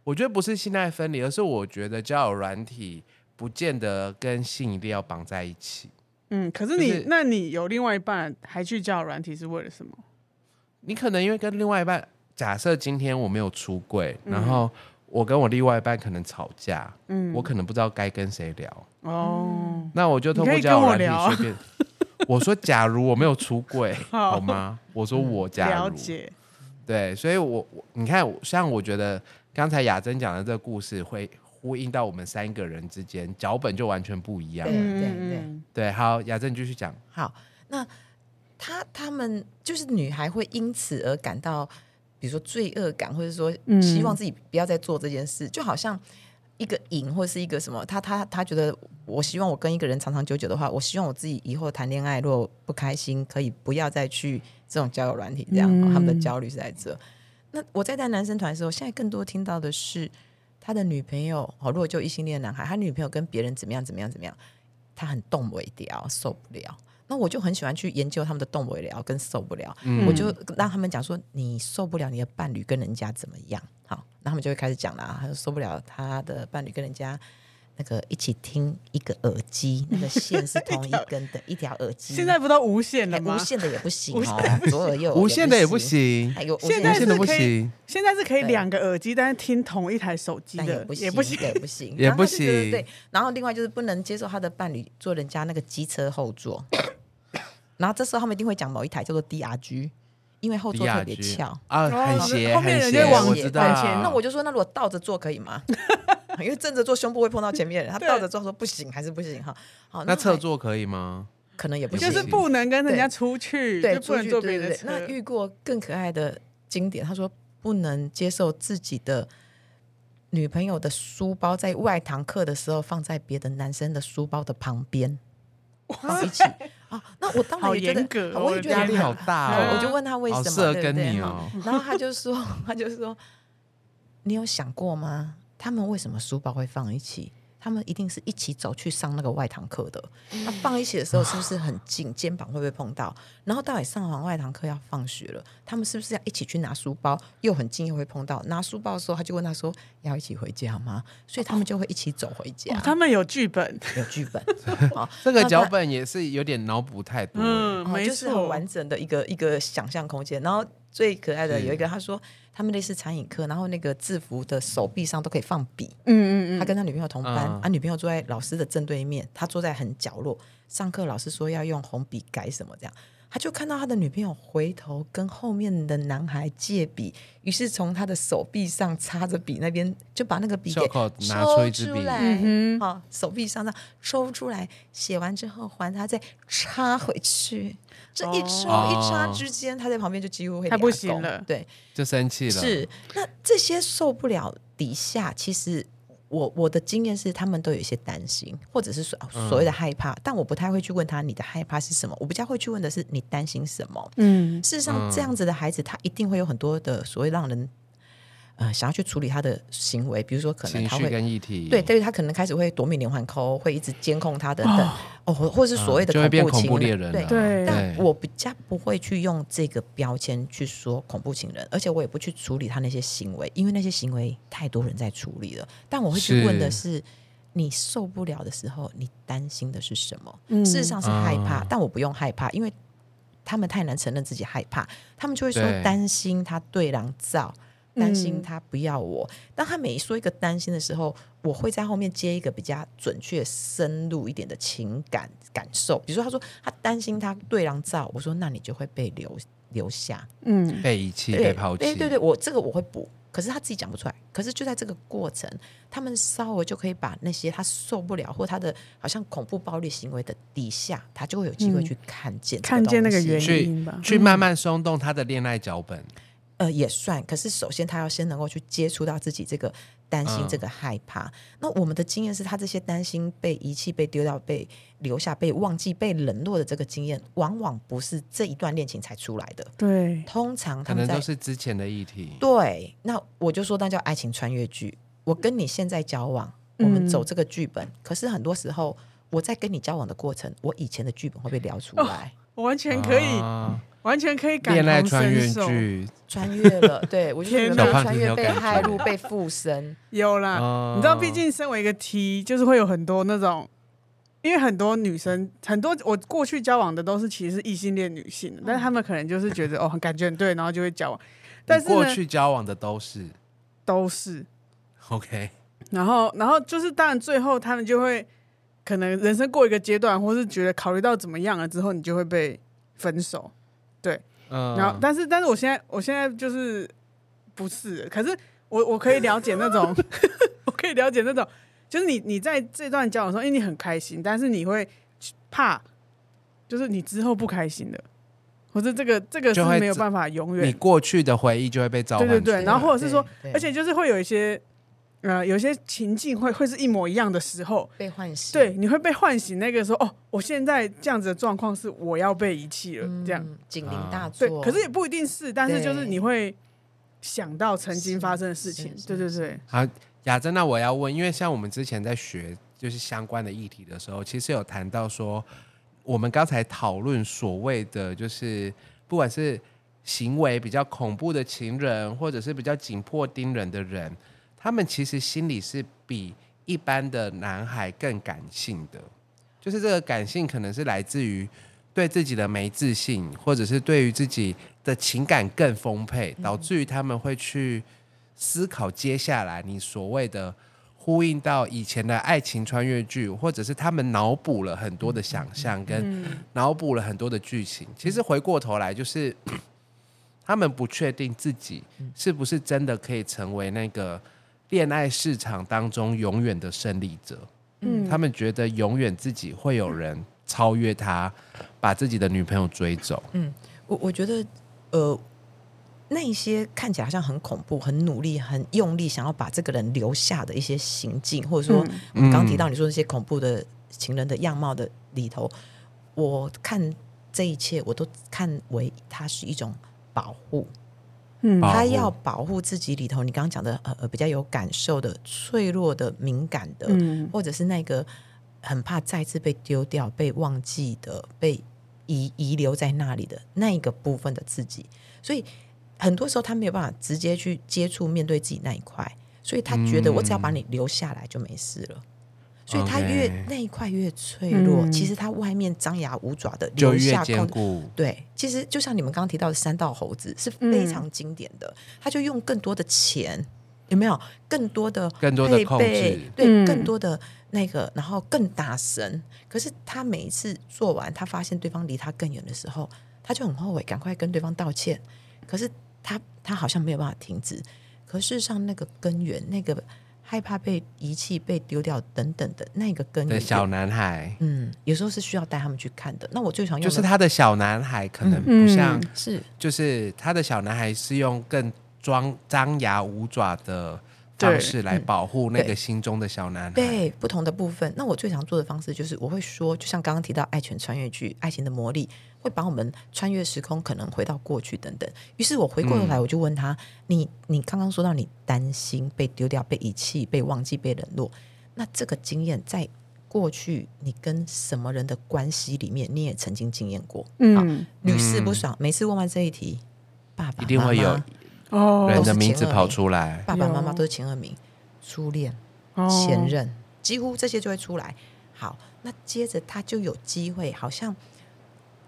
我觉得不是性爱分离，而是我觉得交友软体不见得跟性一定要绑在一起。
嗯，可是你、
就是
那你有另外一半还去交友软体是为了什么？
你可能因为跟另外一半，假设今天我没有出柜，然后我跟我另外一半可能吵架，
嗯，
我可能不知道该跟谁聊，
哦，
那我就透过
你可以
交
跟
友
我
软
聊啊
体随便。我说，假如我没有出柜，
好
好吗？我说我假如，
了解，
对，所以我我你看，我像我觉得刚才雅珍讲的这个故事，会呼应到我们三个人之间脚本就完全不一样。
对
嗯
对
嗯
对
嗯
对，好，雅珍你继续讲。
好，那他他们就是女孩会因此而感到，比如说罪恶感，或者说
嗯
希望自己不要再做这件事，就好像一个瘾或是一个什么，他他他觉得我希望我跟一个人长长久久的话，我希望我自己以后谈恋爱如果不开心，可以不要再去这种交友软体这样，
嗯
他们的焦虑是在这。那我在带男生团的时候，现在更多听到的是他的女朋友哦，如果就异性恋男孩，他女朋友跟别人怎么样怎么样怎么样，他很动不了，受不了。那我就很喜欢去研究他们的动不了跟受不了，
嗯
我就让他们讲说你受不了你的伴侣跟人家怎么样，好，那他们就会开始讲啦，他就受不了他的伴侣跟人家那个一起听一个耳机，那个线是同一根的一条耳机，
现在不都无限了
哎
吗？
无线的也不行
无
哦，左耳右耳
无限的也不
行，
行，
还有
现在
无限的
是
不
可以
行，
现在是可以
对
两个耳机，但是听同一台手机
但也
的
不行，
也 不行。
也不行，
也
然后
不
他就觉得
行
对，然后另外就是不能接受他的伴侣坐人家那个机车后座，然后这时候他们一定会讲某一台叫做 DRG，因为后座哦特别
DRG
翘。
啊，很
哦
斜，
后面
很
人
斜，
就往
我
前
知道
往前。
那我就说，那如果倒着坐可以吗？ 因为正着坐胸部会碰到前面人，他倒着坐说不行，还是不行哈。好，
那侧
还
坐可以吗？
可能也不
也
行，
就是不能跟人家出去，
对，
就不
出
能
去
坐别
对
人
对
的哦
对。
车。
那遇过更可爱的经典，他说不能接受自己的女朋友的书包在外堂课的时候放在别的男生的书包的旁边，放一起啊。那我当然
好
也觉得啊
严格哦
我也觉得
压力
很
好大
好
哦。
我就问他为什
好
么，
适合
对不
跟
对
你
哈
哦
然后他就说，他就说，你有想过吗？他们为什么书包会放一起？他们一定是一起走去上那个外堂课的。
嗯
那放一起的时候是不是很近？肩膀会不会碰到？然后到底上完外堂课要放学了，他们是不是要一起去拿书包？又很近又会碰到。拿书包的时候，他就问他说：“要一起回家吗？”所以他们就会一起走回家。
哦他们有剧本，
有剧 本，好
这个
那
脚
他
本也是有点脑补太多了。
嗯，
哦，
没
就是很
错，
完整的一个一个想象空间。然后最可爱的
是
有一个，他说他们类似餐饮课，然后那个制服的手臂上都可以放笔。
嗯嗯嗯，
他跟他女朋友同班，
嗯
啊，女朋友坐在老师的正对面，他坐在很角落。上课老师说要用红笔改什么这样，他就看到他的女朋友回头跟后面的男孩借笔，于是从他的手臂上插着笔那边就把那个笔给
袖口拿出
抽
一支笔
出来，
嗯
好，哦手臂上上抽出来，写完之后还他再插回去。这一抽
哦
一插之间，他在旁边就几乎会
他不
俩
行
拱
了
对，
就生气了。
是，那这些受不了底下，其实我我的经验是，他们都有一些担心，或者是所所
嗯
谓的害怕，但我不太会去问他你的害怕是什么，我比较会去问的是你担心什么。
嗯
事实上，这样子的孩子，他一定会有很多的所谓让人呃想要去处理他的行为，比如说可能
情
他
绪
会
跟议题，
对，对于他可能开始会夺命连环扣，会一直监控他等等，哦，或或是所谓
啊
的
嗯就会变恐
情
怖
人
猎人啊
对
了。
对
但我比较不会去用这个标签去说恐怖情人，而且我也不去处理他那些行为，因为那些行为太多人在处理了。但我会去问的是，你受不了的时候，你担心的是什么？事实上是害怕，
啊
但我不用害怕，因为他们太难承认自己害怕，他们就会说
对
担心他对狼照。担心
嗯
他不要我。当他每说一个担心的时候，我会在后面接一个比较准确、深入一点的情感感受。比如说，他说他担心他对狼照，我说那你就会被留留下，
嗯，
被遗弃、被抛弃，
对对对，我这个我会补。可是他自己讲不出来。可是就在这个过程，他们稍微就可以把那些他受不了或他的好像恐怖暴力行为的底下，他就会有机会
嗯
去看见、
看见那个原
因。嗯
原因吧
去去慢慢松动他的恋爱脚本，
呃，也算。可是首先，他要先能够去接触到自己这个担心、
嗯
这个害怕。那我们的经验是他这些担心被遗弃、被丢掉、被留下、被忘记、被冷落的这个经验，往往不是这一段恋情才出来的。
啊
对，
通常
可
他们
能
在
都是之前的议题。
对，那我就说那叫爱情穿越剧。我跟你现在交往，我们
嗯
走这个剧本，可是很多时候。我在跟你交往的过程，我以前的剧本会被聊
哦
出来，
我完全可以，
啊
完全可以感
恋爱
同
穿越
身受。
剧，
穿越了，对我就是
天
原
哪小
本
胖
穿
子
越
有
被
感
害
觉
入、被附身，
有啦，
哦
你知道，毕竟身为一个 T，就是会有很多那种，因为很多女生，很多我过去交往的都是其实是异性恋女
嗯
性，但是她们可能就是觉得哦，感觉很对，然后就会交往，但是
你过
呢，
去交往的都是
都是，
OK，
然后然后就是当然最后他们就会可能人生过一个阶段，或是觉得考虑到怎么样了之后，你就会被分手。
嗯，
然后，但是，但是我现在，我现在就是不是了，可是我我可以了解那种， 我可以了解那种，就是你你在这段交往中，因为你很开心，但是你会怕，就是你之后不开心的，或者这个这个是
就会
没有
自
办法永
你
远，
过去的回忆就会被召唤
对
出来，
对对，然后或者是说
对对，
而且就是会有一些呃，有些情境会会是一模一样的时候。
被唤醒。
对，你会被唤醒那个说哦，我现在这样子的状况是我要被遗弃了，这样。
嗯警铃大作。
对，可是也不一定是，但是就是
对
你会想到曾经发生的事
是
情，
是
对对对，
好，雅珍，那我要问，因为像我们之前在学就是相关的议题的时候，其实有谈到说，我们刚才讨论所谓的就是不管是行为比较恐怖的情人，或者是比较紧迫盯人的人，他们其实心里是比一般的男孩更感性的，就是这个感性可能是来自于对自己的没自信，或者是对于自己的情感更丰沛，导致于他们会去思考接下来你所谓的呼应到以前的爱情穿越剧，或者是他们脑补了很多的想象，跟
嗯
脑补了很多的剧情。其实回过头来，就是 他们不确定自己是不是真的可以成为那个恋爱市场当中永远的胜利者。
嗯，
他们觉得永远自己会有人超越他，把自己的女朋友追走。
嗯我我觉得，呃，那一些看起来好像很恐怖、很努力、很用力想要把这个人留下的一些行径，或者说
嗯
我们刚提到你说那些恐怖的情人的样貌的里头，我看这一切，我都看为它是一种保护。
嗯
保
他
护
要保护自己里头，你刚刚讲的呃呃比较有感受的、脆弱的、敏感的，
嗯
或者是那个很怕再次被丢掉、被忘记的、被遗遗留在那里的那一个部分的自己，所以很多时候他没有办法直接去接触、面对自己那一块，所以他觉得
嗯
我只要把你留下来就没事了。所以它越
哦 OK
那一块越脆弱，
嗯
其实它外面张牙舞爪的
就
留
越
下
坚
空
固。
对，其实就像你们刚刚提到的三道猴子是非常经典的，他就用更多的钱，有没有更多的
更多的
配
控制
备
嗯
对，更多的那个，然后更大声。可是他每一次做完，他发现对方离他更远的时候，他就很后悔，赶快跟对方道歉。可是他他好像没有办法停止。可事实上，那个根源，那个害怕被遗弃、被丢掉等等的那个根
的
源，
小男孩，
嗯，有时候是需要带他们去看的。那我最常用
就是
的
他的小男孩可
嗯
能不像，
是
就是他的小男孩是用更装张牙舞爪的方
对
式来保护那
对
个心中的小男孩。
对不同的部分，那我最常做的方式就是，我会说，就像刚刚提到《爱犬穿越剧》《爱情的魔力》，会把我们穿越时空，可能回到过去等等。于是我回过
嗯
头来，我就问他：你你刚刚说到你担心被丢掉、被遗弃、被忘记、被冷落，那这个经验在过去你跟什么人的关系里面，你也曾经经验过？啊，
嗯，
屡试不爽。每次问完这一题，爸爸
一定会
妈妈
有
啊
哦，
人
都
的
是
名
前
字
二
跑
名
出来。
爸爸妈妈
有
都是前二名，初恋。
哦
前任，几乎这些就会出来。好，那接着他就有机会，好像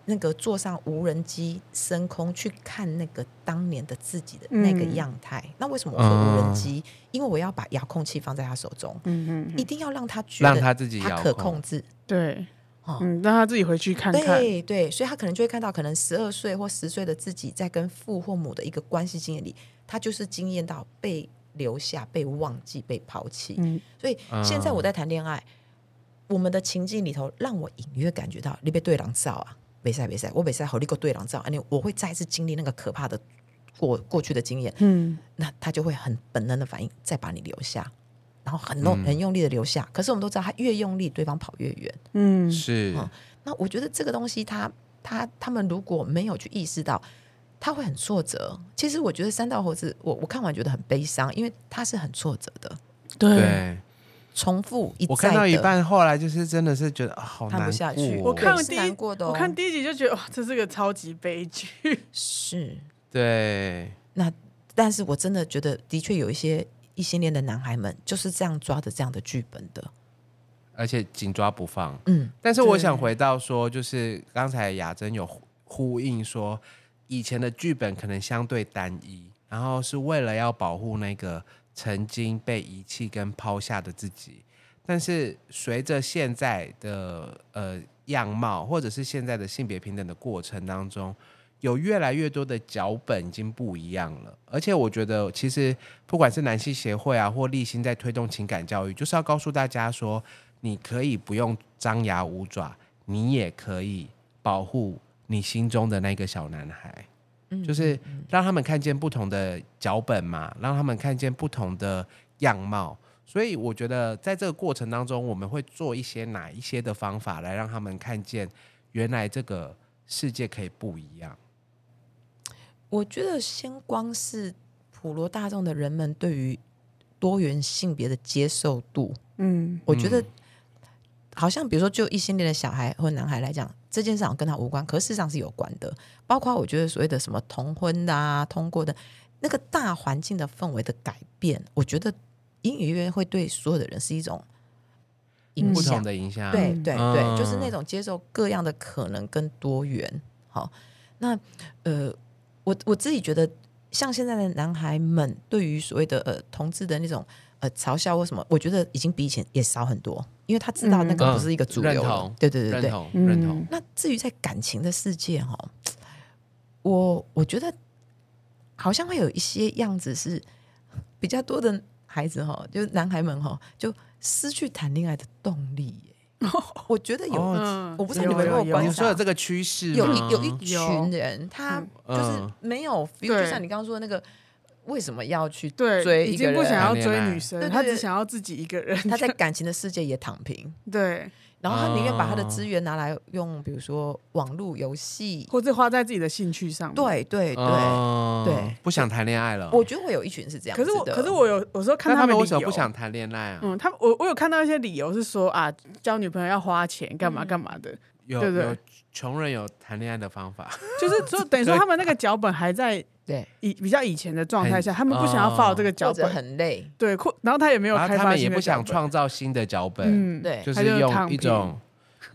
那个坐上无人机升空去看那个当年的自己的那个
嗯
样态。那为什么我说
哦
无人机？因为我要把遥控器放在他手中，
嗯嗯
一
嗯，
定要让他觉得
让他自己遥
可控制。
对，
哦
嗯，让他自己回去看看，
对对，所以他可能就会看到，可能十二岁或十岁的自己在跟父或母的一个关系经验里，他就是经验到被留下、被忘记、被抛弃。
嗯
所以现在我在谈恋爱，我们的情境里头，让我隐约感觉到你被对狼照啊，没赛没赛，我没赛好利够对狼照，啊，你我会再次经历那个可怕的过过去的经验，
嗯，
那他就会很本能的反应，再把你留下，然后很
嗯
弄很用力的留下。可是我们都知道，他越用力，对方跑越远。
嗯，
是，
嗯那我觉得这个东西他，他他们如果没有去意识到，他会很挫折。其实我觉得三道猴子，我我看完觉得很悲伤，因为他是很挫折的，
对。
对。
重复嗯一再的。
我看到一半，后来就是真的是觉得啊好难
看不下去
过
我看
对
第
是
一
难过的哦
我看第一集就觉得哇，这是个超级悲剧。
是
对，
那，但是我真的觉得，的确有一些异性恋的男孩们就是这样抓着这样的剧本的。
而且紧抓不放。
嗯，
但是我想回到说，就是刚才雅珍有呼呼应说，以前的剧本可能相对单一，然后是为了要保护那个曾经被遗弃跟抛下的自己。但是随着现在的呃样貌，或者是现在的性别平等的过程当中，有越来越多的脚本已经不一样了。而且我觉得，其实不管是男性协会啊，或立新在推动情感教育，就是要告诉大家说，你可以不用张牙舞爪，你也可以保护你心中的那个小男孩。就是让他们看见不同的脚本嘛，让他们看见不同的样貌。所以我觉得在这个过程当中，我们会做一些哪一些的方法来让他们看见，原来这个世界可以不一样。
我觉得先光是普罗大众的人们对于多元性别的接受度，
嗯
我觉得好像比如说就异性恋的小孩或男孩来讲，这件事好像跟他无关，可是事实上是有关的。包括我觉得所谓的什么同婚的啊、通过的那个大环境的氛围的改变，我觉得隐隐约约会对所有的人是一种影
不
响
同。的影响，
嗯对
嗯
对
嗯
对，就是那种接受各样的可能跟多元。好，那呃，我我自己觉得，像现在的男孩们对于所谓的呃同志的那种呃嘲笑或什么，我觉得已经比以前也少很多，因为他知道那个
嗯
不是一个主
认
流了。
同
对对对
认
对。
同
嗯
认同，
那至于在感情的世界哈、哦，我我觉得好像会有一些样子是比较多的孩子哈、哦，就是男孩们哈、哦，就失去谈恋爱的动力耶。 我觉得有
哦
嗯，
我不知道
有
你们有没有
你
观
说
察
有这个趋势
有
吗
一有一
有
群人，他就是
嗯
没有 feel，
对
就像你刚刚说的那个，为什么要去
对，
追
已
一个
经不想
人？
要
谈恋
追
爱
女生，
对对
他只
对
想要自己一个人。
他在感情的世界也躺平，
对，
然后他宁愿把他的资源拿来用，比如说网络游戏。
或者花在自己的兴趣上。，
对对对，
嗯
对
不想谈恋爱了。
我觉得我有一群是这样
可
子
是
的。
我，可是我有有时候看
那他
们
们
理
为什么
由
不想谈恋爱啊？
嗯，他们我我有看到一些理由是说啊，交女朋友要花钱，干
嗯
嘛干嘛的，
有
对对
有穷人有谈恋爱的方法，
就是说等于说他们那个脚本还在
对，
以比较以前的状态下，
很
他们不想要 follow 这个脚
或者
本，
很累，
对，或然后他也没有
然后
开
啊他
发
们
新
也
的
不想
脚本，
创造新的脚本，
嗯，
对
就
他
是
就躺
用一
平
种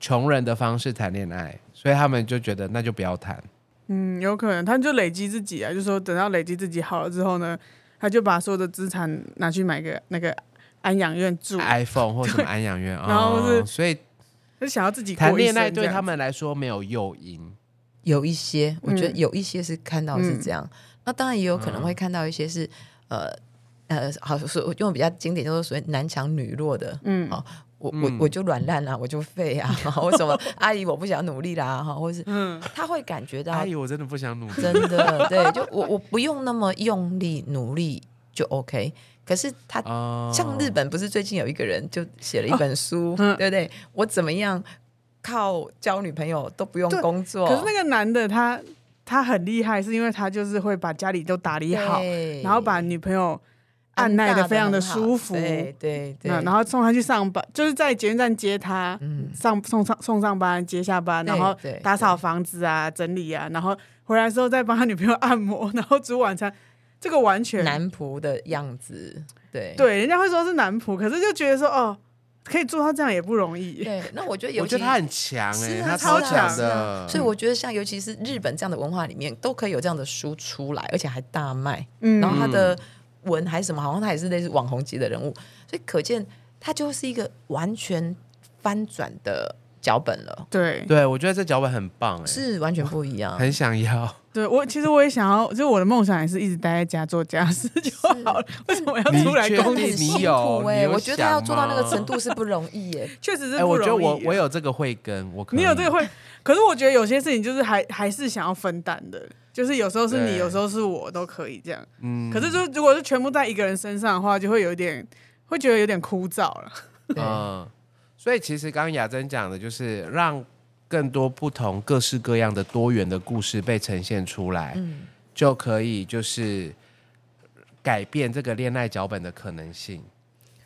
穷人的方式谈恋爱，所以他们就觉得那就不要谈。
嗯，有可能他就累积自己啊，就说等到累积自己好了之后呢，他就把所有的资产拿去买个那个安养院住，
iPhone 或什么安养院，
嗯然后
哦
是
所以
他就想要自己过
谈
一
恋爱
生
对
这样
他
子
们来说没有诱因，
有一些，我觉得
嗯
有一些是看到是这样，那当然也有可
嗯
能会看到一些是，呃呃，好，所我用比较经典就是所谓男强女弱的，
嗯
哦我我
嗯
我就软烂啦，我就废啊，或 什么阿姨我不想努力啦，哈，或是
嗯
他会感 觉到
阿哎姨我真的不想努力，
真的对，就我我不用那么用力努力就 OK，可是他
哦
像日本不是最近有一个人就写了一本书，
嗯
对不对？我怎么样靠交女朋友都不用
对
工作，
哦
可是那个男的他他很厉害，是因为他就是会把家里都打理好，
对
然后把女朋友按
安
耐
大
的非常的
很好
舒服，
对对对，
那然后送他去上班，就是在捷运站接他，
嗯
上送上送上班，接下班，
对
然后
对
打扫房子啊，整理啊，然后回来之后再帮他女朋友按摩， 然后煮晚餐，这个完全
男仆的样子，对
对，人家会说是男仆，可是就觉得说哦，可以做到这样也不容易。
对。那我觉得，
我
尤
觉
其
得他很强哎、
是啊
他
超
强
强
的，
所以我觉得像尤其是日本这样的文化里面，都可以有这样的书出来，而且还大卖。
嗯
然后他的
嗯
文还是什么，好像他也是类似网红级的人物，所以可见他就是一个完全翻转的脚本了，
对
对我觉得这脚本很棒哎、
是啊完全不一样。
很想要。
对，我其实我也想要，就是我的梦想也是一直待在家做家事就好了。 为什么要
你
出来
确
工作？
但
定
很辛
你有哦
苦哎、
你有
我觉得他要做到那个
想吗
程度是不容 易耶、
确实是
哎、
不
我觉得
容易。啊
我我，有这个慧根，我可以
你有这个会， 可是我觉得有些事情就是还还是想要分担的，就是有时候是
对
你，有时候是我都可以这样。
嗯
可是就如果是全部在一个人身上的话，就会有一点会觉得有点枯燥了。
对
嗯，所以其实刚刚雅珍讲的就是让更多不同、各式各样的多元的故事被呈现出来，
嗯
就可以就是改变这个恋爱脚本的可能性。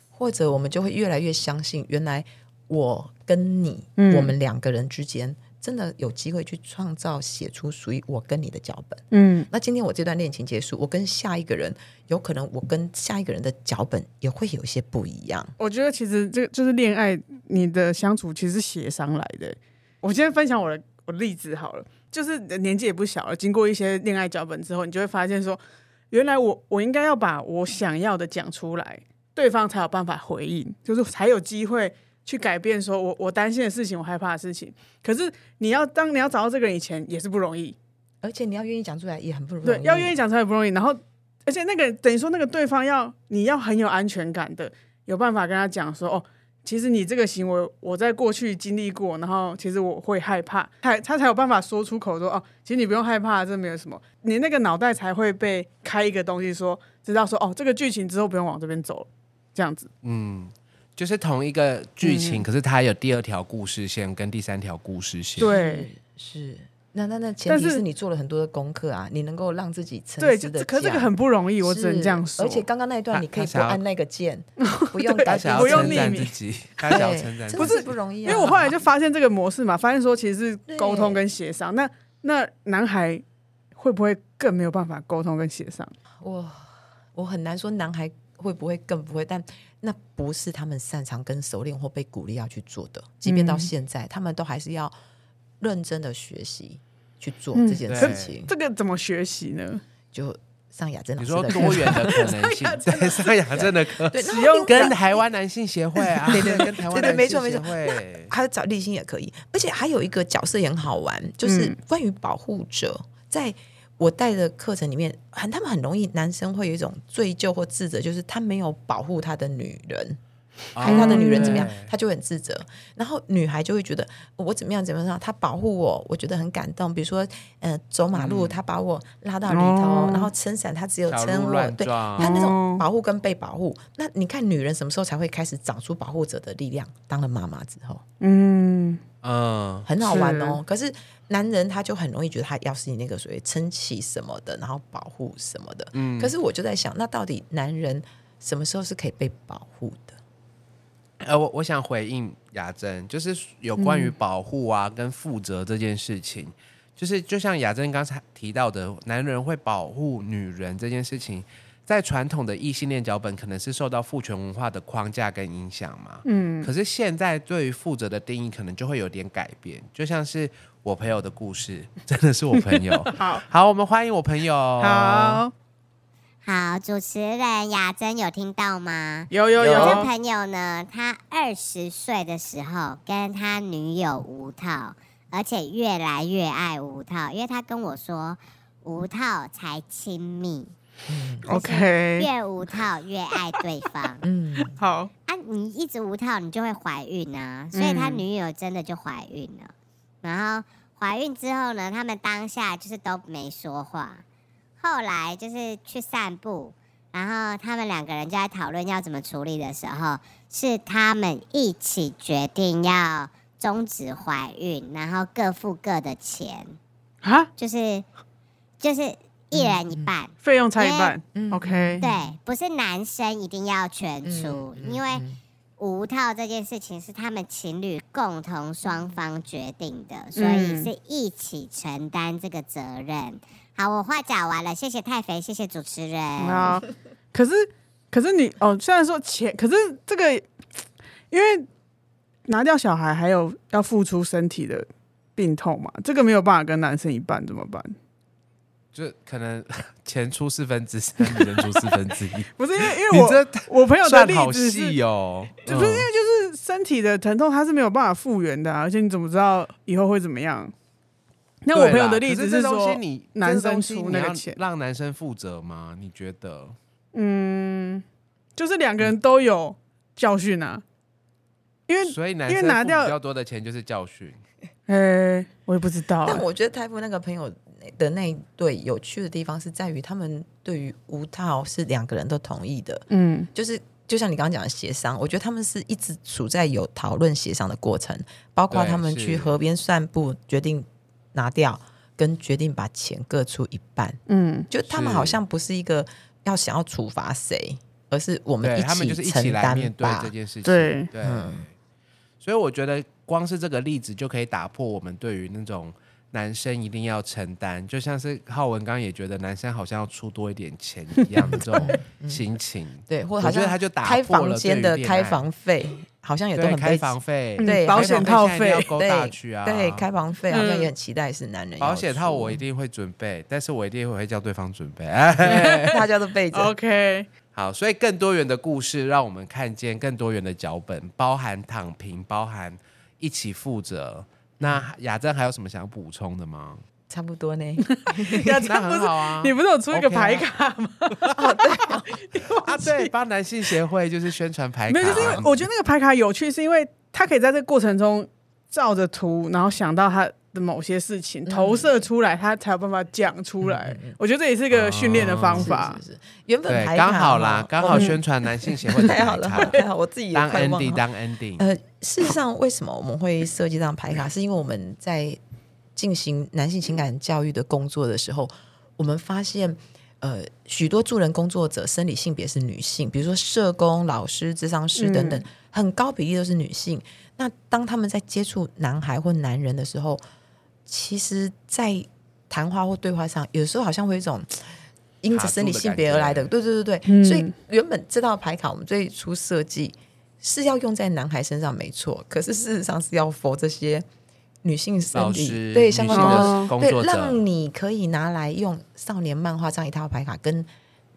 或者我们就会越来越相信，原来我跟你，
嗯
我们两个人之间真的有机会去创造、写出属于我跟你的脚本。
嗯
那今天我这段恋情结束，我跟下一个人，有可能我跟下一个人的脚本也会有一些不一样。
我觉得其实这就是恋爱，你的相处其实是协商来的。我先分享我的我的例子好了，就是年纪也不小了，经过一些恋爱脚本之后，你就会发现说，原来我我应该要把我想要的讲出来，对方才有办法回应，就是才有机会去改变说我我担心的事情，我害怕的事情。可是你要当你要找到这个人以前也是不容易，
而且你要愿意讲出来也很不容易，
对，要愿意讲出来不容易。然后，而且那个等于说那个对方要你要很有安全感的，有办法跟他讲说，哦，其实你这个行为我在过去经历过，然后其实我会害怕，他他才有办法说出口说，哦，其实你不用害怕，这没有什么，你那个脑袋才会被开一个东西说，知道说，哦，这个剧情之后不用往这边走了，这样子。
嗯，就是同一个
嗯
剧情，可是它有第二条故事线跟第三条故事线。
对，
是。那那那前
但
提
是
是你做了很多的功课啊，你能够让自己诚
对，
实
就
的。
可是这个很不容易，我只能这样说。
而且刚刚那一段
他
你可以
他
不
想要
按那个键，不用打
他
字
想要
不用
称赞
匿
自
名
己，他想要
对
称赞自己，
真的是不容易、啊，
因为我后来就发现这个模式嘛，发现说其实是沟通跟协商。那那男孩会不会更没有办法沟通跟协商？
我我很难说男孩会不会更不会，但那不是他们擅长跟熟练或被鼓励要去做的。即便到
嗯
现在，他们都还是要认真的学习去做
嗯
这件
对
事情。
这个怎么学习呢？
就上雅珍老
你
师
说
的
多
课
元的可能 性，对上雅真的可
对，
使
那
用
跟台湾男性协会啊，对对，跟台湾
对对
男
没
性
错没
协
错
会。
还有找立新也可以，而且还有一个角色也很好玩，就是
嗯
关于保护者，在我带的课程里面，很他们很容易男生会有一种罪疚或自责，就是他没有保护他的女人，还有他的女人怎
哦
哦
么样，他就会很自责。然后女孩就会觉得哦我怎么样怎么样，他保护我，我觉得很感动。比如说，呃，走马路、他把我拉到里头，
嗯哦
然后撑伞他只有
小
撑
鹿
我，
乱
对，
撞
他那
哦
种保护跟被保护。那你看女人什么时候才会开始长出保护者的力量？当了妈妈之后。
嗯，
嗯，
很好玩哦。可是男人他就很容易觉得他要是你那个所谓撑起什么的，然后保护什么的。
嗯
可是我就在想，那到底男人什么时候是可以被保护的？
呃，我我想回应雅珍，就是有关于保护啊跟负责这件事情，就是就像雅珍刚才提到的，男人会保护女人这件事情，在传统的异性恋脚本可能是受到父权文化的框架跟影响嘛。
嗯
可是现在对于负责的定义可能就会有点改变，就像是我朋友的故事，真的是我朋友。
好，
好，我们欢迎我朋友。
好，
好，主持人雅珍有听到吗？
有有
有
我这
有，
朋友呢，他二十岁的时候跟他女友吴套，而且越来越爱吴套，因为他跟我说吴套才亲密，
OK
越无套越爱对方
嗯，
好，
啊！你一直无套，你就会怀孕啊，所以他
嗯
女友真的就怀孕了，然后怀孕之后呢，他们当下就是都没说话，后来就是去散步，然后他们两个人就在讨论要怎么处理的时候，是他们一起决定要终止怀孕，然后各付各的钱，
啊，
就是就是一人一半。
费用差一半
嗯
，OK，
对，不是男生一定要全出，
嗯
因为
嗯
无套这件事情是他们情侣共同双方决定
嗯
的，所以是一起承担这个责任。好，我话讲完了，谢谢太肥，谢谢主持人。
好，可是可是你哦，虽然说钱，可是这个因为拿掉小孩还有要付出身体的病痛嘛，这个没有办法跟男生一半怎么办？
就可能 钱出四分之三，女人出四分之一。
不是因为因
你
为我
这
我朋友的
算
例
好
子是
细哦，
就不是因为就是身体的疼痛，它是没有办法复原的啊、而且你怎么知道以后会怎么样？那我朋友的例子
是
说，
你
男生出那个钱，
让男生负责吗？你觉得？
嗯，就是两个人都有教训啊，因为
所以男
因
生
为拿
付
掉
比较多的钱就是教训，
呃、我也不知道、
但
啊，
我觉得泰夫那个朋友的那一对有趣的地方是在于，他们对于无套是两个人都同意的，
嗯，
就是就像你刚刚讲的协商，我觉得他们是一直处在有讨论协商的过程，包括
对
他们
是
去河边散步，决定拿掉，跟决定把钱各出一半，
嗯
就他们
是
好像不是一个要想要处罚谁，而是我们
对他们
一
就是一起
承
来
担
面对
吧
这。件事情。
对
对
嗯，
所以我觉得光是这个例子就可以打破我们对于那种。男生一定要承担，就像是浩文刚刚也觉得男生好像要出多一点钱一样的这
嗯
种心情。
对，或
我
者好
觉
像
得他就打
开
破
房
了
间
对于
的
恋
开
爱
房费，好像也都
对
很
开
被
房费、
嗯
对
保
还有
险
开
套
房现在一定要
费，
勾大去啊，
对，开房费好像
嗯
也很期待是男人要
保险套我一
出
定会准备，但是我一定会叫对方准备。哎
大家都背
哦
着。
，OK，
好，所以更多元的故事，让我们看见更多元的脚本，包含躺平，包含一起负责。
嗯
那雅珍还有什么想要补充的吗？
差不多呢，
雅
那
珍不
很
是
好啊，
你不是有出一个
OK 啊
牌卡吗？
啊，对，帮男性协会就是宣传牌卡啊，
没有，就是因为我觉得那个牌卡有趣，是因为它可以在这个过程中照着图，然后想到它的某些事情投射出来，它才有办法讲出来。我觉得这也是一个训练的方法。
是是是，原本
对，
排
刚
卡
好
哦
啦，刚
我
好
们
宣传男性协会的
太好
牌
了，
卡，
太好了，我自己也
当
快忘
ending
了
当 ending，
呃，事实上，为什么我们会设计这张牌卡，是因为我们在进行男性情感教育的工作的时候，我们发现，呃，许多助人工作者生理性别是女性，比如说社工、老师、智商师等等，很高比例都是女性。那当他们在接触男孩或男人的时候，其实，在谈话或对话上，有时候好像会有一种。因着生理性别而来的，
卡
对对对对，
嗯
所以原本这道牌卡我们最初设计是要用在男孩身上没错，可是事实上是要佛这些女性生
老
理
师
对相关
女性
的
的
工
对
作，者
让你可以拿来用少年漫画这样一套牌卡跟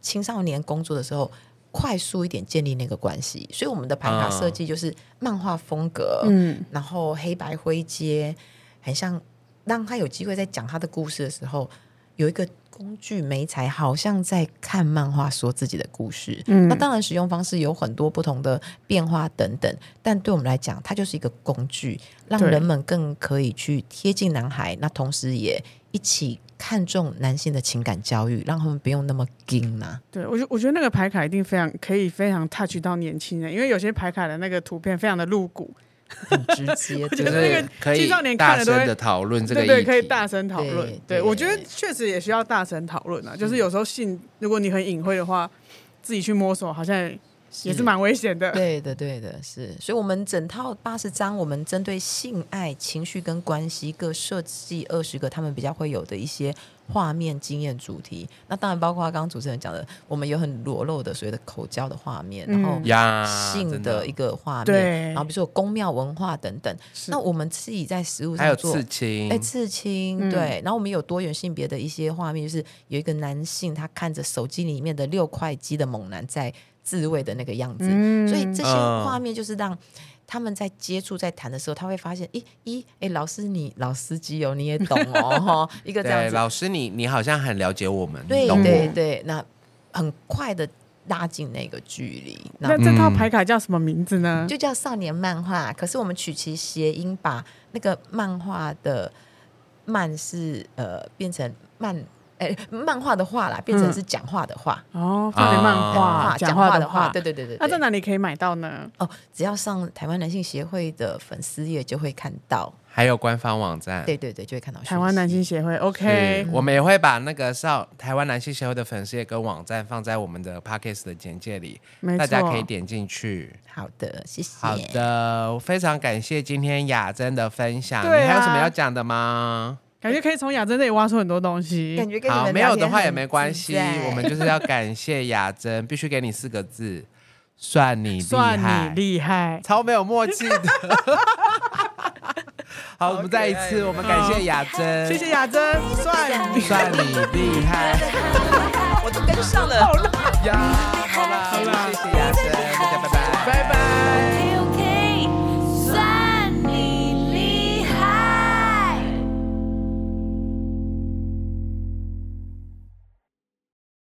青少年工作的时候。快速一点建立那个关系，所以我们的牌卡
嗯
设计就是漫画风格，
嗯
然后黑白灰阶，很像让他有机会在讲他的故事的时候，有一个工具媒材，好像在看漫画说自己的故事。
嗯
那当然使用方式有很多不同的变化等等，但对我们来讲，它就是一个工具，让
对
人们更可以去贴近男孩，那同时也一起看重男性的情感教育，让他们不用那么啊硬呐、
对我觉我觉得那个牌卡一定非常可以非常 touch 到年轻人，因为有些牌卡的那个图片非常的露骨，
很直
觉
接。对
得
就
那个
是可以
青少年看
大
了都会
声的讨论这个
对
议
对，
题，
可以大声讨论。
对
对
对
我觉得确实也需要大声讨论啊，就是有时候性，如果你很隐晦的话，自己去摸索好像也也是蛮危险 的。
对的，对的，是。所以，我们整套八十章，我们针对性爱、情绪跟关系各设计二十个他们比较会有的一些画面经验主题。那当然包括刚刚主持人讲的，我们有很裸露的所谓的口交的画面，然后
嗯
呀，
性
真
的一个画
对
面，然后比如说有宫庙文化等等。那我们自己在实物
还有
上做
刺。青，
哎，刺青
嗯
对，然后我们有多元性别的一些画面，就是有一个男性他看着手机里面的六块肌的猛男在自慰的那个样子，
嗯
所以这些
嗯
画面就是让他们在接触、在谈的时候，他会发现，咦咦，哎，老师你老司机哦，你也懂哦，哈，一个这样
对，
子，
老师你你好像很了解我们，
对
懂我
对对，那很快的拉近那个距离，
那
那
这套
嗯
牌卡叫什么名字呢？
就叫少年漫画。可是我们取其谐音，把那个漫画的“漫”是呃变成漫，哎、漫画的“画”啦，变
嗯
成是讲话的“话
哦，少年
啊
漫画，
话
讲
讲
话
话
的
的话，
话，
对对对对。
那
对
在哪里可以买到呢？
哦，只要上台湾男性协会的粉丝页就会看到，
还有官方网站，
对对对，就会看到讯息
台湾男性协会
对
，OK，
我们也会把那个少台湾男性协会的粉丝页跟网站放在我们的 podcast 的简介里，
没错
大家可以点进去。
好的，谢谢。
好的，我非常感谢今天雅珍的分享。
对啊
你还有什么要讲的吗？
感觉可以从雅珍这里挖出很多东
感
西。
觉跟你
好，
们
没有
聊天
的话也
很
没关
自
系，
在
我们就是要感谢雅珍，必须给你四个字，算你厉害，
算你厉害，
超没有默契的。好，我们再一次，我们感谢雅珍，
谢谢雅珍，算你
算你厉害
我都跟上了。
呀！好啦，好啦，谢谢雅珍，大家拜拜，
拜拜。